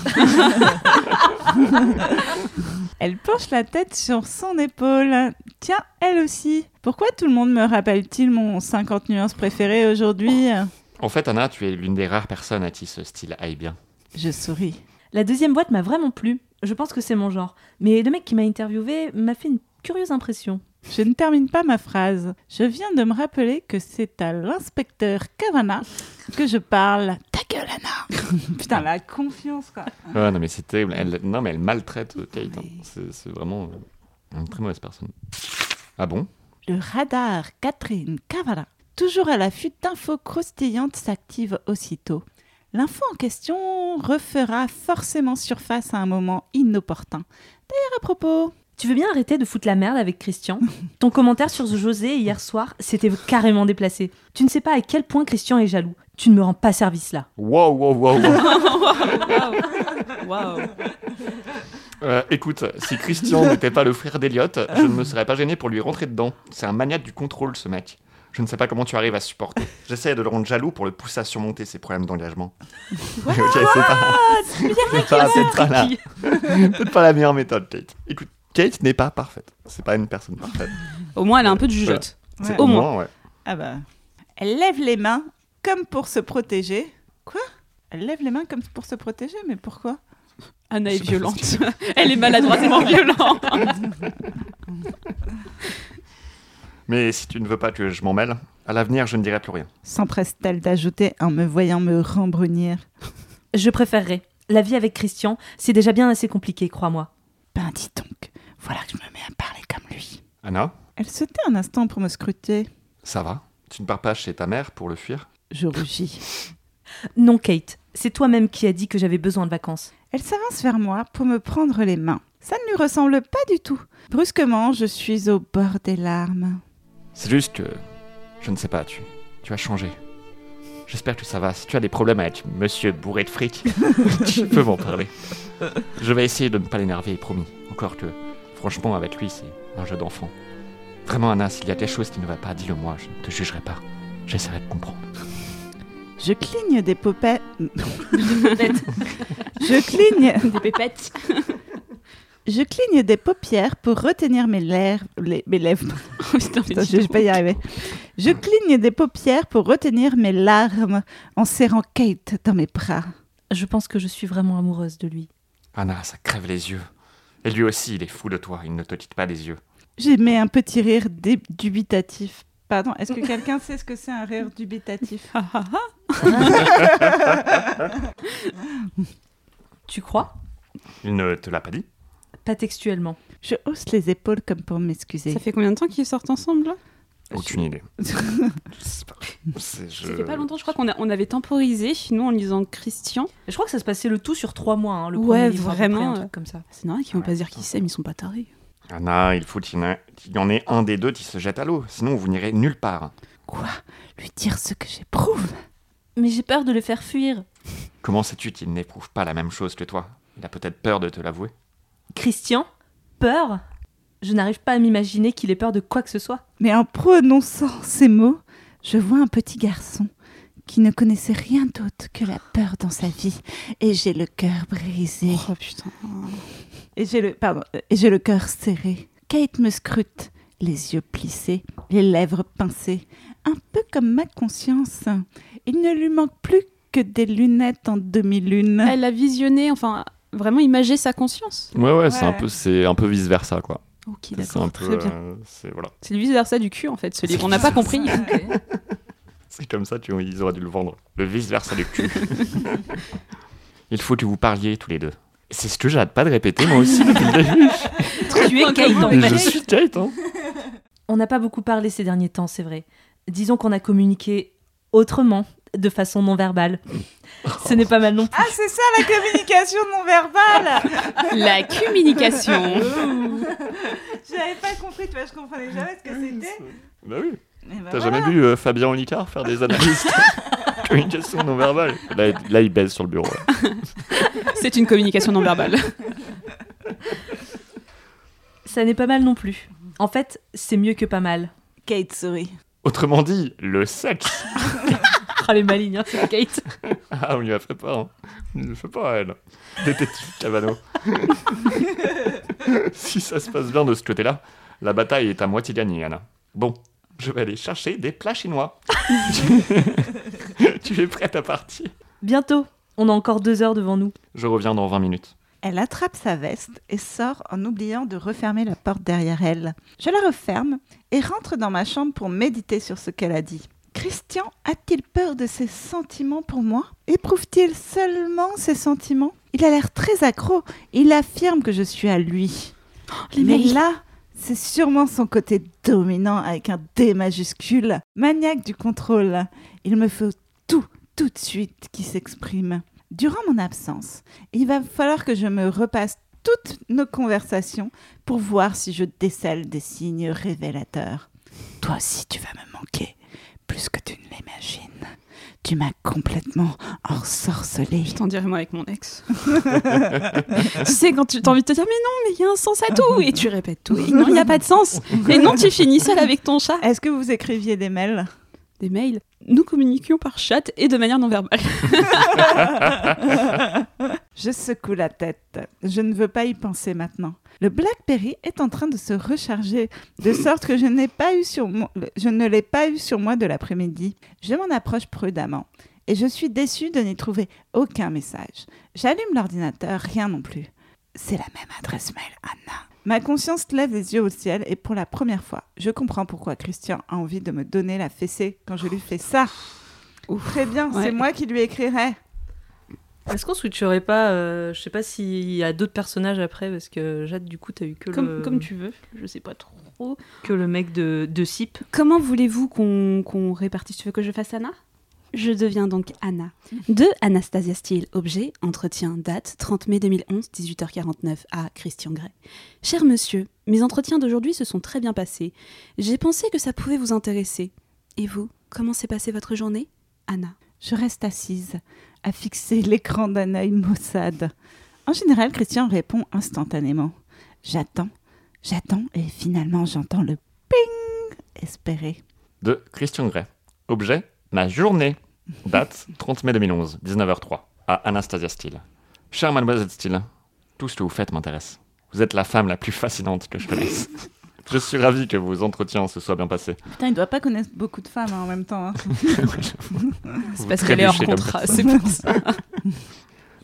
Speaker 4: Elle penche la tête sur son épaule. Tiens, elle aussi. Pourquoi tout le monde me rappelle-t-il mon 50 nuances préféré aujourd'hui
Speaker 5: En fait, Anna, tu es l'une des rares personnes à qui ce style aille bien.
Speaker 4: Je souris.
Speaker 1: La deuxième boîte m'a vraiment plu. Je pense que c'est mon genre. Mais le mec qui m'a interviewé m'a fait une curieuse impression.
Speaker 4: Je ne termine pas ma phrase. Je viens de me rappeler que c'est à l'inspecteur Cavana que je parle. Ta gueule, Anna Putain, la confiance, quoi.
Speaker 5: Ah non, mais c'est terrible. Elle, non, mais elle maltraite euh, Kate. hein. C'est c'est vraiment euh, une très mauvaise personne. Ah bon
Speaker 4: Le radar Catherine Cavana, toujours à l'affût d'infos croustillantes, s'active aussitôt. L'info en question refera forcément surface à un moment inopportun. D'ailleurs, à propos,
Speaker 1: Tu veux bien arrêter de foutre la merde avec Christian Ton commentaire sur José hier soir, c'était carrément déplacé. Tu ne sais pas à quel point Christian est jaloux. Tu ne me rends pas service là.
Speaker 5: Wow, wow, wow, wow.
Speaker 2: Waouh
Speaker 5: Euh, écoute, si Christian n'était pas le frère d'Eliott, je ne me serais pas gêné pour lui rentrer dedans. C'est un maniaque du contrôle, ce mec. Je ne sais pas comment tu arrives à supporter. J'essaie de le rendre jaloux pour le pousser à surmonter ses problèmes d'engagement. Ok, c'est pas, c'est pas, peut-être pas la, peut-être pas la meilleure méthode, Kate. Écoute, Kate n'est pas parfaite. C'est pas une personne parfaite.
Speaker 2: Au moins, elle a un peu de jugeote.
Speaker 4: Ouais.
Speaker 2: Au moins.
Speaker 5: ouais.
Speaker 4: Ah bah. Elle lève les mains comme pour se protéger. Quoi Elle lève les mains comme pour se protéger, mais pourquoi
Speaker 2: Anna est
Speaker 5: Je sais pas
Speaker 2: violente. elle est maladroitement violente.
Speaker 5: Mais si tu ne veux pas que je m'en mêle, à l'avenir, je ne dirai plus rien.
Speaker 4: S'empresse-t-elle d'ajouter en me voyant me rembrunir.
Speaker 1: Je préférerais. La vie avec Christian, c'est déjà bien assez compliqué, crois-moi.
Speaker 4: Ben dis donc, voilà que je me mets à parler comme lui.
Speaker 5: Anna,
Speaker 4: Elle se tait un instant pour me scruter.
Speaker 5: ça va Tu ne pars pas chez ta mère pour le fuir
Speaker 4: Je rougis.
Speaker 1: Non, Kate, c'est toi-même qui as dit que j'avais besoin de vacances.
Speaker 4: Elle s'avance vers moi pour me prendre les mains. Ça ne lui ressemble pas du tout. Brusquement, je suis au bord des larmes.
Speaker 5: C'est juste que. Je ne sais pas, tu. Tu as changé. J'espère que ça va. Si tu as des problèmes avec monsieur bourré de fric, tu peux m'en parler. Je vais essayer de ne pas l'énerver, promis. Encore que, franchement, avec lui, c'est un jeu d'enfant. Vraiment, Anna, s'il y a quelque chose qui ne va pas, dis-le moi, je ne te jugerai pas. J'essaierai de comprendre.
Speaker 4: Je cligne des popettes. je cligne
Speaker 2: Des pépettes.
Speaker 4: Je cligne des paupières pour retenir mes lèvres. les- mes lèvres.
Speaker 2: Oh, Putain, mais
Speaker 4: Putain,
Speaker 2: dis
Speaker 4: je vais
Speaker 2: donc.
Speaker 4: pas y arriver. Je cligne des paupières pour retenir mes larmes en serrant Kate dans mes bras.
Speaker 1: Je pense que je suis vraiment amoureuse de lui.
Speaker 5: Anna, ça crève les yeux. Et lui aussi, il est fou de toi, il ne te quitte pas les yeux.
Speaker 4: J'émets un petit rire dé- dubitatif. Pardon, est-ce que quelqu'un sait ce que c'est un rire dubitatif
Speaker 2: Ah, ah, ah.
Speaker 1: Tu crois
Speaker 5: Il ne te l'a pas dit
Speaker 1: Pas textuellement.
Speaker 4: Je hausse les épaules comme pour m'excuser.
Speaker 2: Ça fait combien de temps qu'ils sortent ensemble là
Speaker 5: Aucune idée. Je sais pas. C'est- je-
Speaker 2: Ça fait pas longtemps, je crois qu'on a- on avait temporisé, nous, en lisant Christian.
Speaker 1: Je crois que ça se passait le tout sur trois mois, hein, le premier
Speaker 2: Ouais,
Speaker 1: livre, à peu près,
Speaker 2: vraiment,
Speaker 1: un
Speaker 2: euh.
Speaker 1: truc comme ça.
Speaker 2: C'est normal qu'ils vont pas se dire qui c'est, mais ils sont pas tarés.
Speaker 5: Anna, Ah il faut qu'il y en a- qu'il y en ait un des deux qui se jette à l'eau, sinon vous n'irez nulle part.
Speaker 4: Quoi Lui dire ce que j'éprouve
Speaker 1: Mais j'ai peur de le faire fuir.
Speaker 5: Comment sais-tu qu'il n'éprouve pas la même chose que toi Il a peut-être peur de te l'avouer.
Speaker 1: Christian, peur Je n'arrive pas à m'imaginer qu'il ait peur de quoi que ce soit.
Speaker 4: Mais en prononçant ces mots, je vois un petit garçon qui ne connaissait rien d'autre que la peur dans sa vie. Et j'ai le cœur brisé.
Speaker 2: Oh putain.
Speaker 4: Et j'ai le, pardon, euh, et j'ai le cœur serré. Kate me scrute, les yeux plissés, les lèvres pincées, un peu comme ma conscience. Il ne lui manque plus que des lunettes en demi-lune.
Speaker 2: Elle a visionné, enfin, vraiment imagé sa conscience.
Speaker 5: Ouais, ouais,
Speaker 4: c'est un peu-
Speaker 5: c'est un peu vice versa quoi.
Speaker 2: Ok,
Speaker 5: C'est un
Speaker 2: d'accord,
Speaker 5: peu,
Speaker 2: très bien.
Speaker 5: euh, c'est voilà.
Speaker 2: C'est le vice-versa du cul, en fait, ce livre.
Speaker 5: C'est
Speaker 2: On n'a pas compris.
Speaker 5: C'est comme ça qu'ils auraient dû le vendre. Le vice-versa du cul. Il faut que vous parliez tous les deux. C'est ce que j'ai hâte pas de répéter moi aussi depuis le début.
Speaker 1: Tu es Kate en fait.
Speaker 5: Mais Je suis Kate, hein.
Speaker 1: On n'a pas beaucoup parlé ces derniers temps, c'est vrai. Disons qu'on a communiqué autrement, de façon non verbale. Ce n'est pas mal non plus.
Speaker 4: Ah, c'est ça la communication non verbale
Speaker 2: La communication.
Speaker 4: J'avais pas compris, tu vois, je comprenais jamais ce que c'était. ben
Speaker 5: Bah oui. T'as jamais vu euh, Fabien Olicard faire des analyses de communication non verbale là, il- là, il baise sur le bureau. là.
Speaker 2: C'est une communication non verbale.
Speaker 1: Ça n'est pas mal non plus. En fait, c'est mieux que pas mal.
Speaker 4: Kate sourit.
Speaker 5: Autrement dit, le sexe.
Speaker 1: Ah, les malignes, hein, c'est Kate.
Speaker 5: Ah, on lui a fait pas. Hein. On lui a fait pas, elle. Détective Cavano. si ça se passe bien de ce côté-là, la bataille est à moitié gagnée, Anna. Bon, je vais aller chercher des plats chinois. tu es prête à partir
Speaker 1: Bientôt. On a encore deux heures devant nous.
Speaker 5: Je reviens dans 20 minutes.
Speaker 4: Elle attrape sa veste et sort en oubliant de refermer la porte derrière elle. Je la referme et rentre dans ma chambre pour méditer sur ce qu'elle a dit. Christian a-t-il peur de ses sentiments pour moi Éprouve-t-il seulement ses sentiments Il a l'air très accro. Il affirme que je suis à lui. Mais là, c'est sûrement son côté dominant avec un D majuscule, maniaque du contrôle. Il me faut tout, tout de suite qui s'exprime. Durant mon absence, il va falloir que je me repasse toutes nos conversations pour voir si je décèle des signes révélateurs. Toi aussi, tu vas me manquer, plus que tu ne l'imagines. Tu m'as complètement ensorcelée.
Speaker 2: Je t'en dirai moi avec mon ex. tu sais, quand tu t'as envie de te dire, mais non, mais il y a un sens à tout. Et tu répètes tout. Et non, il n'y a pas de sens. Et non, tu finis seul avec ton chat.
Speaker 4: Est-ce que vous écriviez des mails
Speaker 2: Des mails. Nous communiquions par chat et de manière non verbale.
Speaker 4: Je secoue la tête. Je ne veux pas y penser maintenant. Le BlackBerry est en train de se recharger, de sorte que je, n'ai pas eu sur moi- je ne l'ai pas eu sur moi de l'après-midi. Je m'en approche prudemment et je suis déçue de n'y trouver aucun message. J'allume l'ordinateur, rien non plus. C'est la même adresse mail, Anna. Ma conscience lève les yeux au ciel et pour la première fois, je comprends pourquoi Christian a envie de me donner la fessée quand je lui fais ça. Très bien,
Speaker 2: Ouais.
Speaker 4: c'est moi qui lui écrirai.
Speaker 11: Est-ce qu'on switcherait pas euh, Je sais pas s'il y a d'autres personnages après, parce que Jade, du coup, t'as eu que,
Speaker 2: Comme,
Speaker 11: le...
Speaker 2: comme tu veux. Je sais pas trop.
Speaker 11: que le mec de, de Sip.
Speaker 2: Comment voulez-vous qu'on qu'on répartisse Tu veux que je fasse Anna Je deviens donc Anna. De Anastasia Steele, objet, entretien, date, 30 mai 2011, 18h49, à Christian Gray. Cher monsieur, mes entretiens d'aujourd'hui se sont très bien passés. J'ai pensé que ça pouvait vous intéresser. Et vous, comment s'est passée votre journée Anna.
Speaker 4: Je reste assise, à fixer l'écran d'un œil maussade. En général, Christian répond instantanément. J'attends, j'attends, et finalement j'entends le ping espéré.
Speaker 5: De Christian Gray. Objet Ma journée. Date 30 mai 2011, 19h03, à Anastasia Steele. Chère mademoiselle Steele, tout ce que vous faites m'intéresse. Vous êtes la femme la plus fascinante que je connaisse. Je suis ravi que vos entretiens se soient bien passés.
Speaker 4: Putain, il doit pas connaître beaucoup de femmes hein, en même temps. hein.
Speaker 5: Vous
Speaker 2: C'est parce qu'elle est hors
Speaker 5: trébuchez comme
Speaker 2: contrat,
Speaker 5: personne.
Speaker 2: c'est pour ça.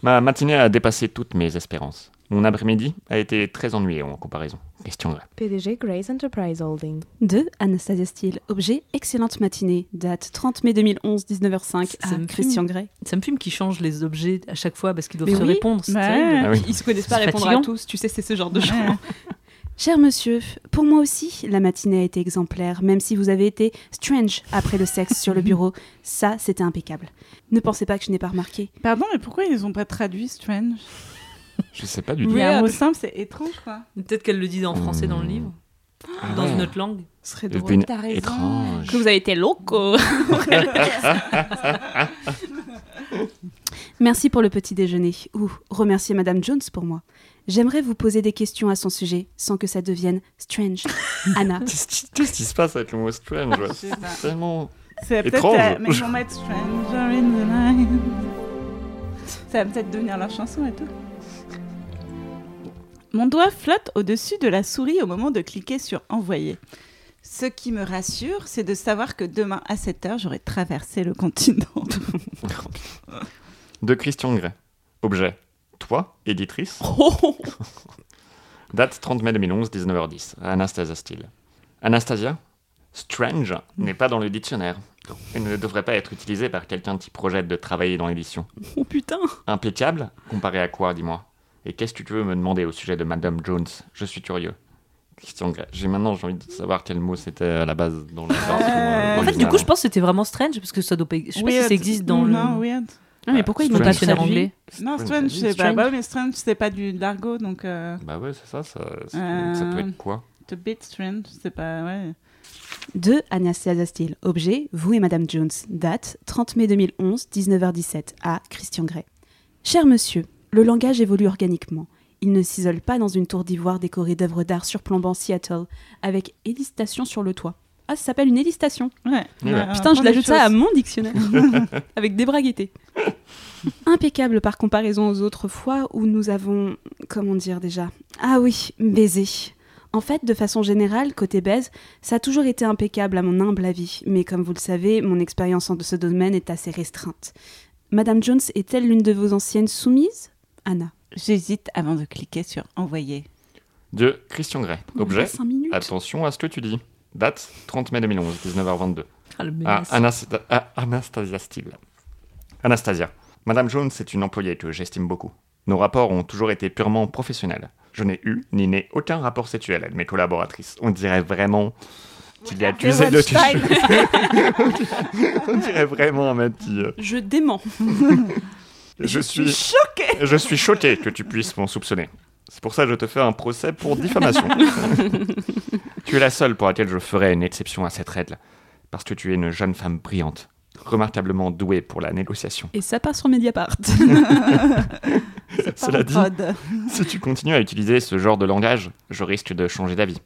Speaker 5: Ma matinée a dépassé toutes mes espérances. Mon après-midi a été très ennuyeux en comparaison. Question là.
Speaker 12: PDG Grace Enterprise Holding.
Speaker 2: De Anastasia Steele. Objet Excellente matinée. Date 30 mai 2011, 19h05.
Speaker 11: Ça
Speaker 2: à
Speaker 11: me
Speaker 2: Christian
Speaker 11: fume.
Speaker 2: Grey.
Speaker 11: Ça me fume qu'ils changent les objets à chaque fois parce qu'ils doivent
Speaker 2: Mais
Speaker 11: se
Speaker 2: oui.
Speaker 11: répondre. c'est
Speaker 2: Ouais.
Speaker 11: terrible.
Speaker 2: Ah oui. Ils se connaissent pas
Speaker 11: C'est
Speaker 2: répondre à
Speaker 11: fatigant.
Speaker 2: tous, tu sais, c'est ce genre de gens. Cher monsieur, pour moi aussi, la matinée a été exemplaire, même si vous avez été strange après le sexe sur le bureau. Ça, c'était impeccable. Ne pensez pas que je n'ai pas remarqué.
Speaker 4: Pardon, mais pourquoi ils ont pas traduit Strange
Speaker 5: Je sais pas du tout.
Speaker 4: Oui, un mot simple, c'est étrange, quoi.
Speaker 11: Peut-être qu'elle le dit en français dans le livre, dans
Speaker 5: ouais.
Speaker 11: une autre langue.
Speaker 4: Ce serait
Speaker 5: Depuis une- étrange.
Speaker 2: vous avez été loco. Merci pour le petit déjeuner. Ou remerciez Madame Jones pour moi. J'aimerais vous poser des questions à son sujet sans que ça devienne strange. Anna.
Speaker 5: Qu'est-ce qui se passe avec le mot strange ouais.
Speaker 4: C'est ça.
Speaker 5: C'est tellement.
Speaker 4: C'est peut-être.
Speaker 5: Étrange.
Speaker 4: euh, mais ils vont mettre Stranger in the Night. Ça va peut-être devenir leur chanson et tout. Mon doigt flotte au-dessus de la souris au moment de cliquer sur Envoyer. Ce qui me rassure, c'est de savoir que demain à 7h, j'aurai traversé le continent.
Speaker 5: De Christian Grey. Objet. Toi, éditrice. Date 30 mai 2011, 19h10. Anastasia Steele. Anastasia, strange n'est pas dans le dictionnaire. Il ne devrait pas être utilisé par quelqu'un qui projette de travailler dans l'édition.
Speaker 2: Oh putain
Speaker 5: Impeccable Comparé à quoi, dis-moi Et qu'est-ce que tu veux me demander au sujet de Madame Jones Je suis curieux. Christian Grey. J'ai maintenant j'ai envie de savoir quel mot c'était à la base dans le.
Speaker 1: Euh,
Speaker 11: En fait, du coup, je pense que c'était vraiment strange parce que ça doit pas. Je sais pas si ça existe dans le.
Speaker 4: Non, weird.
Speaker 11: euh,
Speaker 2: Ah,
Speaker 11: Non, mais pourquoi ils l'ont pas
Speaker 5: Strange.
Speaker 11: fait en anglais
Speaker 4: Non, Strange, c'est pas. Bah oui, mais Strange, c'est pas du de l'argot, donc. euh,
Speaker 5: Bah ouais, c'est ça, ça, ça,
Speaker 4: Euh,
Speaker 5: ça peut être quoi
Speaker 4: The Bit Strange, c'est pas. Ouais.
Speaker 2: De Anastasia Steele. Objet, vous et Madame Jones. Date, 30 mai 2011, 19h17, à Christian Grey. Cher monsieur, le langage évolue organiquement. Il ne s'isole pas dans une tour d'ivoire décorée d'œuvres d'art surplombant Seattle, avec hélistation sur le toit. Ah, ça s'appelle une hélistation.
Speaker 4: Ouais.
Speaker 5: Ouais.
Speaker 4: Ouais,
Speaker 2: Putain, je
Speaker 4: apprends des
Speaker 2: l'ajoute ça à
Speaker 4: choses.
Speaker 2: mon dictionnaire. Avec des braguettés. Impeccable par comparaison aux autres fois où nous avons. Comment dire déjà Ah oui, baiser. En fait, de façon générale, côté baise, ça a toujours été impeccable à mon humble avis. Mais comme vous le savez, mon expérience en ce domaine est assez restreinte. Madame Jones est-elle l'une de vos anciennes soumises Anna.
Speaker 4: J'hésite avant de cliquer sur Envoyer.
Speaker 5: De Christian Grey.
Speaker 2: On a
Speaker 5: Objet.
Speaker 2: cinq minutes.
Speaker 5: Attention à ce que tu dis. Date 30 mai 2011, 19h22.
Speaker 11: Ah, le
Speaker 5: À
Speaker 11: menace.
Speaker 5: Anasta- à ah, Anastasia Steele. Anastasia. Madame Jones est une employée que j'estime beaucoup. Nos rapports ont toujours été purement professionnels. Je n'ai eu ni n'ai aucun rapport sexuel avec mes collaboratrices. On dirait vraiment qu'il est accusé de On dirait vraiment un mec qui, euh,
Speaker 2: Je dément.
Speaker 5: Je suis
Speaker 4: choquée
Speaker 5: Je suis choqué que tu puisses m'en soupçonner. C'est pour ça que je te fais un procès pour diffamation. tu es la seule pour laquelle je ferai une exception à cette règle, parce que tu es une jeune femme brillante, remarquablement douée pour la négociation.
Speaker 2: Et ça part sur Mediapart.
Speaker 5: Cela dit,
Speaker 4: Prod.
Speaker 5: si tu continues à utiliser ce genre de langage, je risque de changer d'avis.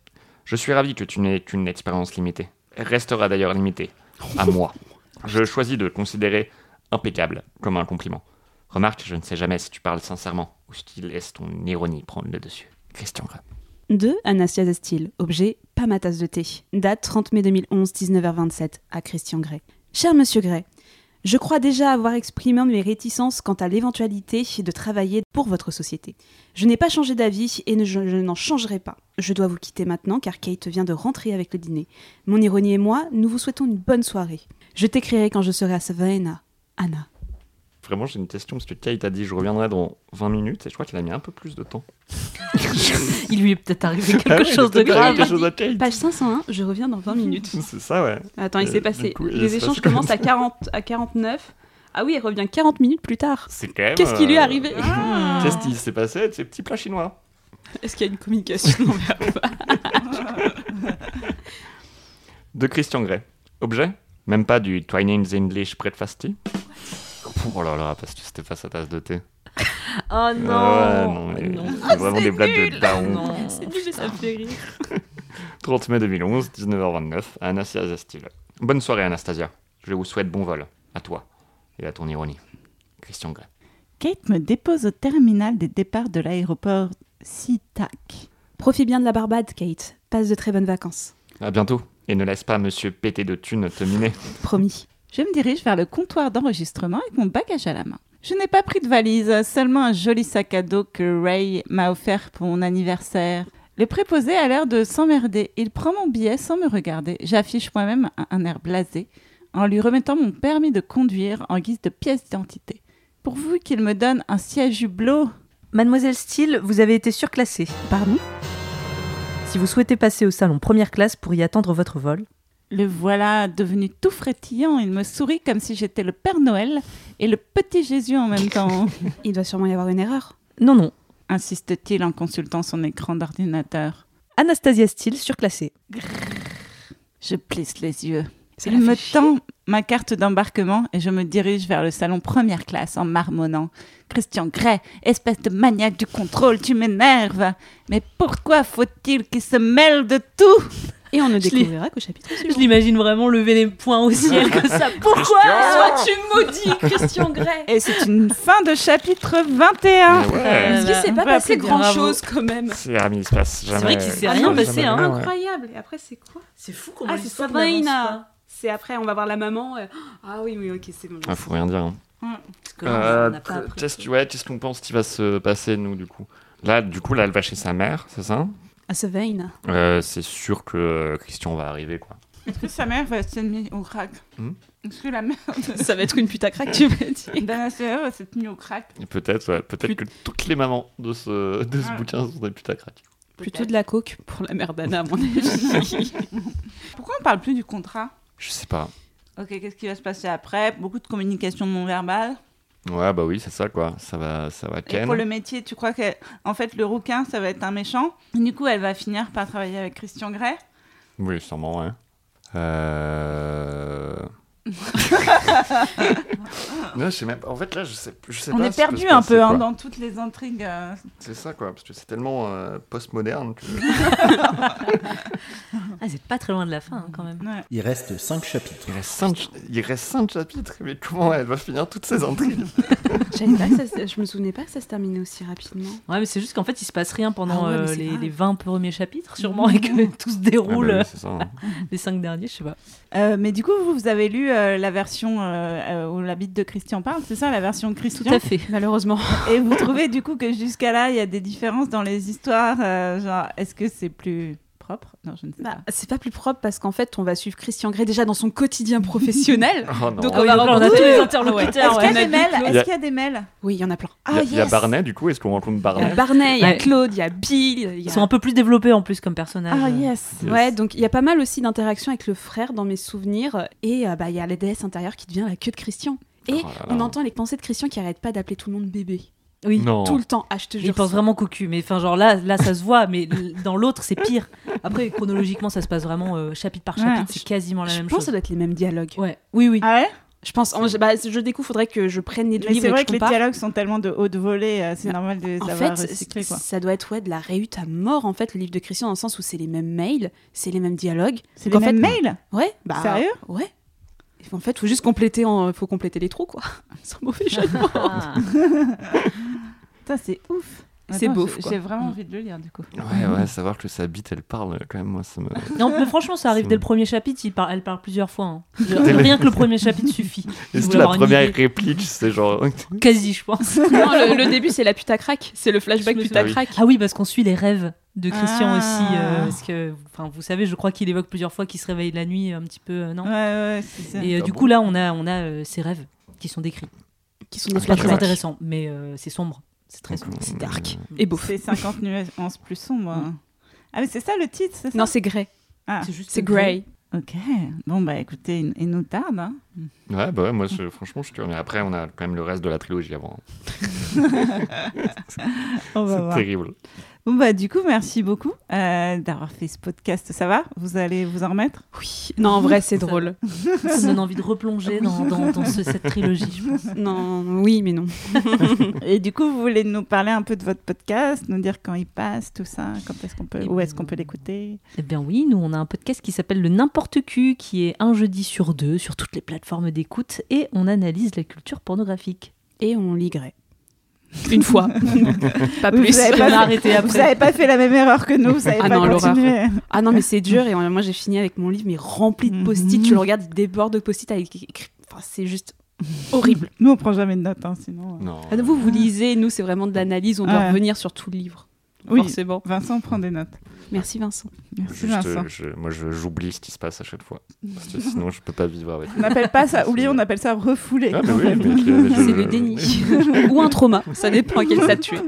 Speaker 5: Je suis ravi que tu n'aies qu'une expérience limitée. Elle restera d'ailleurs limitée. À moi. Je choisis de considérer impeccable comme un compliment. Remarque, je ne sais jamais si tu parles sincèrement ou si tu laisses ton ironie prendre le dessus. Christian Grey.
Speaker 2: 2. Anastasia Steele. Objet, pas ma tasse de thé. Date 30 mai 2011, 19h27, à Christian Grey. Cher Monsieur Grey, je crois déjà avoir exprimé mes réticences quant à l'éventualité de travailler pour votre société. Je n'ai pas changé d'avis et ne- je, je n'en changerai pas. Je dois vous quitter maintenant car Kate vient de rentrer avec le dîner. Mon ironie et moi, nous vous souhaitons une bonne soirée. Je t'écrirai quand je serai à Savannah. Anna.
Speaker 5: Ah Vraiment, j'ai une question parce que Kate a dit je reviendrai dans 20 minutes et je crois qu'il a mis un peu plus de temps.
Speaker 11: Il lui est peut-être arrivé
Speaker 5: Ah ouais,
Speaker 11: quelque chose de
Speaker 5: peut-être
Speaker 11: grave.
Speaker 5: quelque chose à Kate.
Speaker 2: Page 501, je reviens dans 20 minutes.
Speaker 5: C'est ça, ouais.
Speaker 2: Attends, il
Speaker 5: Euh,
Speaker 2: s'est
Speaker 5: du
Speaker 2: passé.
Speaker 5: coup, il se
Speaker 2: les
Speaker 5: passe
Speaker 2: échanges
Speaker 5: comme
Speaker 2: commencent
Speaker 5: ça.
Speaker 2: à, 40, à 49. Ah oui, elle revient 40 minutes plus tard.
Speaker 5: C'est quand même.
Speaker 2: Qu'est-ce qui lui est
Speaker 5: euh,
Speaker 2: arrivé
Speaker 5: Qu'est-ce qui s'est passé avec ces petits plats chinois
Speaker 2: Est-ce qu'il y a une communication envers
Speaker 5: De Christian Grey. Objet Même pas du Twinings English Breakfast Tea Oh là là, parce que c'était pas sa tasse de thé.
Speaker 11: Oh
Speaker 5: Ah ouais,
Speaker 11: non.
Speaker 5: non, mais
Speaker 11: Non. Ah,
Speaker 5: c'est vraiment des blagues de daron.
Speaker 11: Non.
Speaker 2: ça me fait rire.
Speaker 5: 30 mai 2011, 19h29, à Anastasia Steele. Bonne soirée, Anastasia. Je vous souhaite bon vol. À toi. Et à ton ironie. Christian Grey.
Speaker 4: Kate me dépose au terminal des départs de l'aéroport SITAC.
Speaker 2: Profite bien de la Barbade, Kate. Passe de très bonnes vacances.
Speaker 5: À bientôt. Et ne laisse pas monsieur péter de thunes te miner.
Speaker 2: Promis.
Speaker 4: Je me dirige vers le comptoir d'enregistrement avec mon bagage à la main. Je n'ai pas pris de valise, seulement un joli sac à dos que Ray m'a offert pour mon anniversaire. Le préposé a l'air de s'emmerder. Il prend mon billet sans me regarder. J'affiche moi-même un- un air blasé en lui remettant mon permis de conduire en guise de pièce d'identité. Pourvu qu'il me donne un siège hublot.
Speaker 1: Mademoiselle Steele, vous avez été surclassée.
Speaker 4: Pardon
Speaker 1: Si vous souhaitez passer au salon première classe pour y attendre votre vol,
Speaker 4: Le voilà devenu tout frétillant. Il me sourit comme si j'étais le Père Noël et le petit Jésus en même temps.
Speaker 2: Il doit sûrement y avoir une erreur.
Speaker 1: Non, non.
Speaker 4: Insiste-t-il en consultant son écran d'ordinateur.
Speaker 1: Anastasia Steele, surclassée.
Speaker 4: Je plisse les yeux.
Speaker 1: Ça
Speaker 4: Il
Speaker 1: la
Speaker 4: me
Speaker 1: fait chier.
Speaker 4: tend ma carte d'embarquement et je me dirige vers le salon première classe en marmonnant. Christian Gray, espèce de maniaque du contrôle, tu m'énerves. Mais pourquoi faut-il qu'il se mêle de tout
Speaker 2: Et on ne
Speaker 1: Je l'ai-
Speaker 2: découvrira qu'au chapitre
Speaker 1: Je l'imagine vraiment lever les poings au ciel comme ça. Pourquoi sois-tu maudit, Christian Grey
Speaker 4: Et c'est une fin de chapitre 21.
Speaker 6: Mais ouais. Parce
Speaker 7: qu'il s'est pas
Speaker 4: On va
Speaker 7: passé
Speaker 4: applaudir.
Speaker 7: grand-chose quand même.
Speaker 6: C'est Ami, il se passe jamais.
Speaker 11: C'est vrai qu'il s'est
Speaker 1: Ah
Speaker 6: jamais-
Speaker 11: rien
Speaker 6: jamais
Speaker 11: passé, hein.
Speaker 6: rien, ouais.
Speaker 7: Incroyable. Et après, c'est quoi
Speaker 11: C'est fou
Speaker 7: Ah, c'est Sabrina. C'est après, on va voir la maman. euh, Ah oui, oui, ok, c'est bon.
Speaker 6: Ah, faut rien dire. hein.
Speaker 4: Mm,
Speaker 11: que
Speaker 6: Euh,
Speaker 11: on n'a pas appris,
Speaker 6: qu'est-ce- ouais, qu'est-ce qu'on pense qui va se passer, nous, du coup Là, du coup, là, elle va chez sa mère, c'est ça
Speaker 2: À ce vein.
Speaker 6: Euh, C'est sûr que euh, Christian va arriver, quoi.
Speaker 4: Est-ce que sa mère va s'être mise au crack
Speaker 6: Hmm
Speaker 4: Est-ce que la mère
Speaker 2: Ça va être une pute à craque, tu veux dire.
Speaker 4: de Danasseur va s'être mise au crack
Speaker 6: Et Peut-être ouais, peut-être que toutes les mamans de ce, de ce
Speaker 4: Ouais.
Speaker 6: bouquin sont des putacrac.
Speaker 2: Plutôt de la coke pour la mère d'Anna, à mon avis.
Speaker 4: Pourquoi on parle plus du contrat
Speaker 6: Je sais pas.
Speaker 4: Ok, qu'est-ce qui va se passer après Beaucoup de communication non verbale.
Speaker 6: Ouais, bah oui, c'est ça, quoi. Ça va, ça va
Speaker 4: Et
Speaker 6: ken.
Speaker 4: pour le métier, tu crois que en fait le rouquin ça va être un méchant Du coup, elle va finir par travailler avec Christian Grey.
Speaker 6: Oui, sûrement, ouais. Euh... non, je sais même pas. En fait, là, je sais, je sais
Speaker 4: On
Speaker 6: pas
Speaker 4: est
Speaker 6: ce qui peut
Speaker 4: perdu
Speaker 6: se
Speaker 4: un
Speaker 6: passer,
Speaker 4: peu hein,
Speaker 6: quoi.
Speaker 4: dans toutes les intrigues. euh.
Speaker 6: C'est ça, quoi, parce que c'est tellement euh, postmoderne que.
Speaker 1: Ah, c'est pas très loin de la fin, hein, quand même.
Speaker 4: Ouais.
Speaker 9: Il reste 5 chapitres.
Speaker 6: Il reste, cinq, il reste cinq chapitres, mais comment elle va finir toutes ces intrigues
Speaker 2: J'avais pas que ça se- Je me souvenais pas que ça se terminait aussi rapidement.
Speaker 1: Ouais, mais c'est juste qu'en fait, il se passe rien pendant
Speaker 2: Ah ouais, mais
Speaker 1: euh,
Speaker 2: c'est
Speaker 1: les,
Speaker 2: grave.
Speaker 1: les 20 premiers chapitres, sûrement, et que tout se déroule
Speaker 6: Ah bah
Speaker 1: euh,
Speaker 6: oui, c'est ça. hein.
Speaker 1: les 5 derniers, je sais pas.
Speaker 4: Euh, mais du coup, vous, vous avez lu euh, la version euh, euh, où la bite de Christian parle, c'est ça, la version
Speaker 1: Tout
Speaker 4: Christian
Speaker 1: à fait.
Speaker 2: Malheureusement.
Speaker 4: Et vous trouvez du coup que jusqu'à là, il y a des différences dans les histoires. euh, genre, est-ce que c'est plus propre Non, je ne sais
Speaker 2: Bah, c'est pas plus propre parce qu'en fait, on va suivre Christian Grey déjà dans son quotidien professionnel.
Speaker 6: Oh, non.
Speaker 2: Donc
Speaker 1: Ah oui, donc là, on a tous les interlocuteurs.
Speaker 4: pas.
Speaker 1: ouais.
Speaker 4: Est-ce qu'il y a des mails
Speaker 6: Il y a-
Speaker 4: Est-ce qu'il y a des mails
Speaker 2: Oui, il y en a plein.
Speaker 6: Il y a-
Speaker 4: Ah,
Speaker 6: il y a
Speaker 4: yes.
Speaker 6: Barney, du coup, est-ce qu'on rencontre
Speaker 2: Il y
Speaker 6: Barney
Speaker 2: a Barney, il y a
Speaker 1: Ouais.
Speaker 2: Claude, il y a Bill. il y
Speaker 1: Ils
Speaker 2: a-
Speaker 1: sont un peu plus développés en plus comme personnages.
Speaker 4: Ah
Speaker 1: euh.
Speaker 4: yes.
Speaker 2: Ouais, donc il y a pas mal aussi d'interactions avec le frère dans mes souvenirs. Et euh, bah, il y a la déesse intérieure qui devient la queue de Christian. Et
Speaker 6: Oh là là.
Speaker 2: on entend les pensées de Christian qui arrête pas d'appeler tout le monde bébé.
Speaker 1: Oui.
Speaker 6: Non.
Speaker 2: Tout le temps. Ah, je te
Speaker 1: Mais Il
Speaker 2: jure.
Speaker 1: pense
Speaker 2: ça.
Speaker 1: vraiment cocu, mais enfin genre là, là ça se voit, mais l- dans l'autre c'est pire. Après chronologiquement ça se passe vraiment euh, chapitre par
Speaker 4: Ouais.
Speaker 1: chapitre, c'est quasiment la
Speaker 2: Je
Speaker 1: même
Speaker 2: pense que
Speaker 1: chose.
Speaker 2: ça doit être les mêmes dialogues.
Speaker 1: Ouais, oui oui.
Speaker 4: Ah ouais
Speaker 2: Je pense. en- je- bah, je découvre, faudrait que je prenne les deux
Speaker 4: Mais
Speaker 2: livres
Speaker 4: c'est
Speaker 2: et
Speaker 4: vrai
Speaker 2: que
Speaker 4: que
Speaker 2: je
Speaker 4: les
Speaker 2: compare.
Speaker 4: dialogues sont tellement de haute volée, euh, c'est normal de les
Speaker 2: En
Speaker 4: avoir
Speaker 2: fait,
Speaker 4: recyclés, quoi.
Speaker 2: ça doit être ouais, de la réhute à mort en fait le livre de Christian dans le sens où c'est les mêmes mails, c'est les mêmes dialogues.
Speaker 4: C'est les
Speaker 2: Donc, en
Speaker 4: mêmes
Speaker 2: fait,
Speaker 4: mails
Speaker 2: Ouais. Bah,
Speaker 4: Sérieux
Speaker 2: Ouais. En fait, faut juste compléter, en... faut compléter les trous quoi. Sans mauvais jeu de mots.
Speaker 1: Ah.
Speaker 4: Putain, c'est ouf.
Speaker 2: C'est
Speaker 4: Attends,
Speaker 2: beau,
Speaker 4: j'ai-
Speaker 2: quoi.
Speaker 4: J'ai vraiment envie de le lire, du coup.
Speaker 6: Ouais, ouais, savoir que sa bite, elle parle, quand même, moi, ça me.
Speaker 1: Non mais franchement ça arrive
Speaker 6: C'est-
Speaker 1: dès le premier chapitre, il par- elle parle plusieurs fois. hein. Je-
Speaker 6: Dès le-
Speaker 1: Rien que le premier chapitre suffit. Si vous
Speaker 6: Est-ce que
Speaker 1: voulez
Speaker 6: la
Speaker 1: avoir une
Speaker 6: première
Speaker 1: idée.
Speaker 6: réplique, c'est genre.
Speaker 1: Quasi je pense.
Speaker 2: Non, le, le début c'est la pute à craque, c'est le flashback
Speaker 1: Je me
Speaker 2: pute à
Speaker 6: souviens.
Speaker 2: craque.
Speaker 1: Ah oui parce qu'on suit les rêves de Christian
Speaker 4: Ah.
Speaker 1: aussi, euh, parce que enfin vous savez je crois qu'il évoque plusieurs fois qu'il se réveille la nuit un petit peu, euh, non
Speaker 4: Ouais, ouais, c'est ça.
Speaker 1: Et euh,
Speaker 6: Ah
Speaker 1: du
Speaker 6: bon
Speaker 1: coup là on a on a euh, ces rêves qui sont décrits.
Speaker 2: Qui sont des
Speaker 1: Ah, C'est pas très
Speaker 6: Flashback.
Speaker 1: intéressant, mais euh, c'est sombre, c'est très sombre.
Speaker 2: Ah, C'est dark et beau.
Speaker 4: C'est 50 nuances plus sombres. Ah, mais c'est ça le titre, c'est ça
Speaker 2: Non, c'est Grey.
Speaker 4: Ah,
Speaker 1: C'est juste
Speaker 2: C'est Grey.
Speaker 4: ok. Bon, bah écoutez, il il nous tarde. hein.
Speaker 6: Ouais, bah ouais, moi, je- franchement, je suis curieux. Mais après, on a quand même le reste de la trilogie avant. hein.
Speaker 4: On va
Speaker 6: C'est
Speaker 4: voir.
Speaker 6: terrible.
Speaker 4: Bon, bah du coup, merci beaucoup euh, d'avoir fait ce podcast. Ça va Vous allez vous en remettre
Speaker 2: Oui. Non, en vrai, c'est
Speaker 1: Ça-
Speaker 2: drôle.
Speaker 1: Ça me donne envie de replonger dans, dans, dans ce- cette trilogie, je pense.
Speaker 2: Non, oui, mais non.
Speaker 4: Et du coup, vous voulez nous parler un peu de votre podcast, nous dire quand il passe, tout ça, quand est-ce qu'on peut,
Speaker 1: Eh
Speaker 4: où est-ce
Speaker 1: ben-
Speaker 4: qu'on peut l'écouter
Speaker 1: Eh bien oui, nous on a un podcast qui s'appelle Le N'importe Q, qui est un jeudi sur deux sur toutes les plateformes d'écoute, et on analyse la culture pornographique.
Speaker 2: Et on lit Grey. Une fois. pas
Speaker 4: Vous
Speaker 2: plus.
Speaker 4: avez
Speaker 1: On a
Speaker 4: pas,
Speaker 1: arrêté
Speaker 4: vous
Speaker 1: après.
Speaker 4: avez pas fait la même erreur que nous, vous avez
Speaker 2: Ah
Speaker 4: pas
Speaker 2: non, l'horreur.
Speaker 4: continué.
Speaker 2: Ah non, mais c'est dur. Et euh, moi, j'ai fini avec mon livre, mais rempli de post-it.
Speaker 4: Mhm.
Speaker 2: Tu le regardes, il déborde de post-it avec écrit Enfin, c'est juste horrible.
Speaker 4: nous, on prend jamais de notes, hein, sinon. euh.
Speaker 2: Ah, Vous, vous lisez, nous, c'est vraiment de l'analyse, on doit
Speaker 4: Ouais.
Speaker 2: revenir sur tout le livre.
Speaker 4: Oui,
Speaker 2: Mmh, forcément.
Speaker 4: Vincent prend des notes.
Speaker 2: Merci, Vincent.
Speaker 4: Merci,
Speaker 5: Juste, euh,
Speaker 4: Vincent.
Speaker 5: je- moi, je- j'oublie ce qui se passe à chaque fois. Parce que sinon, je peux pas vivre avec.
Speaker 4: On n'appelle pas ça oublier, on appelle ça refouler.
Speaker 5: Ah, mais
Speaker 4: quand
Speaker 5: oui,
Speaker 4: même.
Speaker 5: mais je- je-
Speaker 2: C'est le déni. Ou un trauma, ça dépend à quel stade tu es.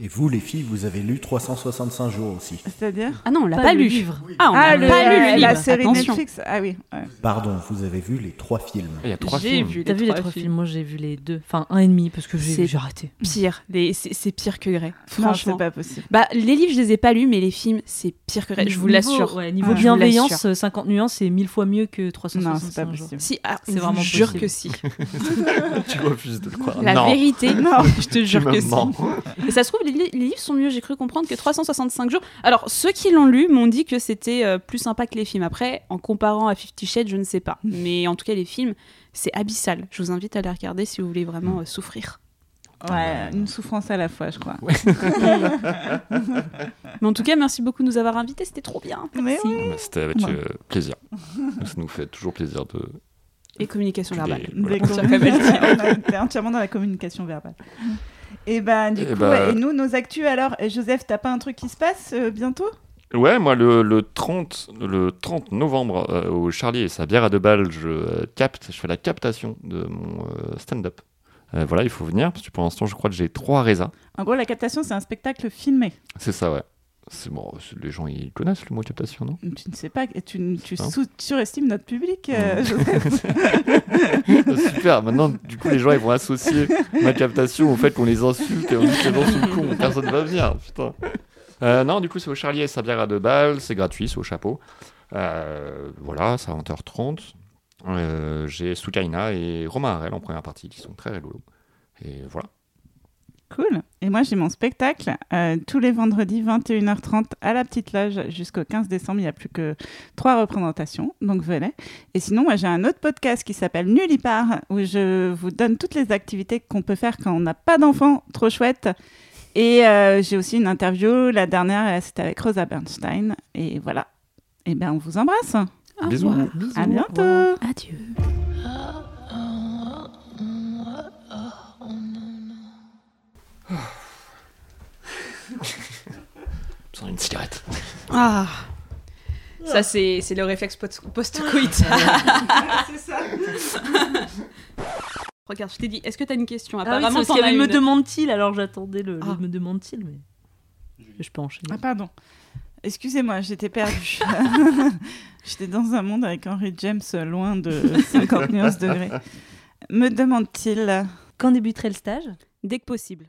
Speaker 9: Et vous, les filles, vous avez lu 365 jours aussi.
Speaker 4: C'est-à-dire
Speaker 2: Ah non, on l'a
Speaker 1: Pas
Speaker 2: pas,
Speaker 1: le
Speaker 2: lu.
Speaker 1: livre.
Speaker 2: Ah, on n'a
Speaker 4: Ah,
Speaker 2: pas
Speaker 4: le-
Speaker 2: lu le
Speaker 4: euh,
Speaker 2: livre.
Speaker 4: la série
Speaker 2: Attention.
Speaker 4: Netflix. Ah oui. ouais.
Speaker 9: Pardon, vous avez vu les trois films.
Speaker 5: Il y a trois
Speaker 2: J'ai
Speaker 5: films.
Speaker 2: vu
Speaker 1: T'as
Speaker 2: les
Speaker 1: vu les
Speaker 2: trois
Speaker 1: trois
Speaker 2: films.
Speaker 1: films Moi, j'ai vu les deux. Enfin, un et demi, parce que j'ai
Speaker 2: C'est-
Speaker 1: j'ai arrêté.
Speaker 2: Pire. Les- C'est c'est pire que Grey.
Speaker 4: Non,
Speaker 2: Franchement.
Speaker 4: c'est pas possible.
Speaker 2: Bah, les livres, je les ai pas lus, mais les films, c'est pire que Grey. Je vous
Speaker 1: Niveau-
Speaker 2: l'assure.
Speaker 1: ouais, niveau
Speaker 4: Ouais.
Speaker 2: Je vous
Speaker 1: bienveillance,
Speaker 2: l'assure.
Speaker 1: euh, 50 nuances, c'est mille fois mieux que
Speaker 4: Non, c'est pas
Speaker 1: 365 jours.
Speaker 4: possible.
Speaker 2: Si, ah,
Speaker 1: C'est
Speaker 2: je
Speaker 1: vraiment
Speaker 2: vous jure
Speaker 1: possible.
Speaker 2: que si.
Speaker 5: tu refuses de le croire.
Speaker 2: La
Speaker 5: non,
Speaker 2: vérité,
Speaker 4: Non.
Speaker 2: je te
Speaker 5: tu
Speaker 2: jure
Speaker 5: me
Speaker 2: que si.
Speaker 5: mens.
Speaker 2: Et ça se trouve, les, li- les livres sont mieux, j'ai cru comprendre, que 365 jours. Alors, ceux qui l'ont lu m'ont dit que c'était euh, plus sympa que les films. Après, en comparant à Fifty Shades, je ne sais pas. Mais en tout cas, les films, c'est abyssal. Je vous invite à les regarder si vous voulez vraiment euh, souffrir.
Speaker 4: Ouais, une souffrance à la fois, je crois.
Speaker 2: Mais en tout cas, merci beaucoup de nous avoir invités, c'était trop bien.
Speaker 4: Mais
Speaker 6: Ah,
Speaker 4: oui.
Speaker 5: Mais C'était avec
Speaker 4: Ouais.
Speaker 5: euh, plaisir. Ça nous fait toujours plaisir de.
Speaker 2: Et communication verbale.
Speaker 5: des-
Speaker 4: Des
Speaker 5: voilà.
Speaker 4: commun-
Speaker 2: Comme elle
Speaker 4: on est entièrement dans la communication verbale. Et ben du
Speaker 5: Eh
Speaker 4: coup,
Speaker 5: ben-
Speaker 4: ouais, et nous, nos actus alors, Et Joseph, t'as pas un truc qui se passe euh, bientôt
Speaker 5: Ouais, moi, le, le 30, le 30 novembre, euh, au Charlie et sa bière à deux balles, je euh, capte, je fais la captation de mon euh, stand-up. Euh, voilà, il faut venir, parce que pour l'instant, je crois que j'ai trois résas.
Speaker 4: En gros, la captation, c'est un spectacle filmé.
Speaker 5: C'est ça, ouais. C'est bon, c'est- les gens, ils connaissent le mot captation, non
Speaker 4: Tu ne sais pas, et tu, tu
Speaker 5: Hein
Speaker 4: sous- surestimes notre public, euh,
Speaker 5: Mm.
Speaker 4: Joseph.
Speaker 5: Super, maintenant, du coup, les gens, ils vont associer ma captation au fait qu'on les insulte et on dit que les gens sont cons, personne va venir, putain. Euh, non, du coup, c'est au Charlier, sa bière à deux balles, c'est gratuit, c'est au chapeau. Euh, voilà, c'est à 20h30. Euh, J'ai Soukaina et Romain Harel en première partie, qui sont très rigolos. Et voilà.
Speaker 4: Cool. Et moi, j'ai mon spectacle euh, tous les vendredis 21h30 à la Petite Loge jusqu'au 15 décembre. Il n'y a plus que trois représentations, donc venez. Et sinon, moi, j'ai un autre podcast qui s'appelle Nulle part où je vous donne toutes les activités qu'on peut faire quand on n'a pas d'enfant. Trop chouette. Et euh, j'ai aussi une interview. La dernière, euh, c'était avec Rosa Bernstein. Et voilà. Et bien, on vous embrasse.
Speaker 5: Bisous.
Speaker 4: À bientôt.
Speaker 2: Adieu.
Speaker 5: Sans une cigarette.
Speaker 2: Ah Ça, c'est c'est le réflexe post- post-coït.
Speaker 1: Ah,
Speaker 4: C'est ça.
Speaker 2: Regarde, je t'ai dit, est-ce que t'as une question
Speaker 1: Ah oui,
Speaker 2: Apparemment,
Speaker 1: parce qu'il y
Speaker 2: t'en as
Speaker 1: avait me
Speaker 2: une.
Speaker 1: demande-t-il, alors j'attendais le, le
Speaker 2: Ah.
Speaker 1: me demande-t-il, mais je peux enchaîner.
Speaker 4: Ah pardon. Excusez-moi, j'étais perdue. j'étais dans un monde avec Henry James euh, loin de 50 nuances degrés. Me demande-t-il
Speaker 1: Quand débuterait le stage
Speaker 2: Dès que possible.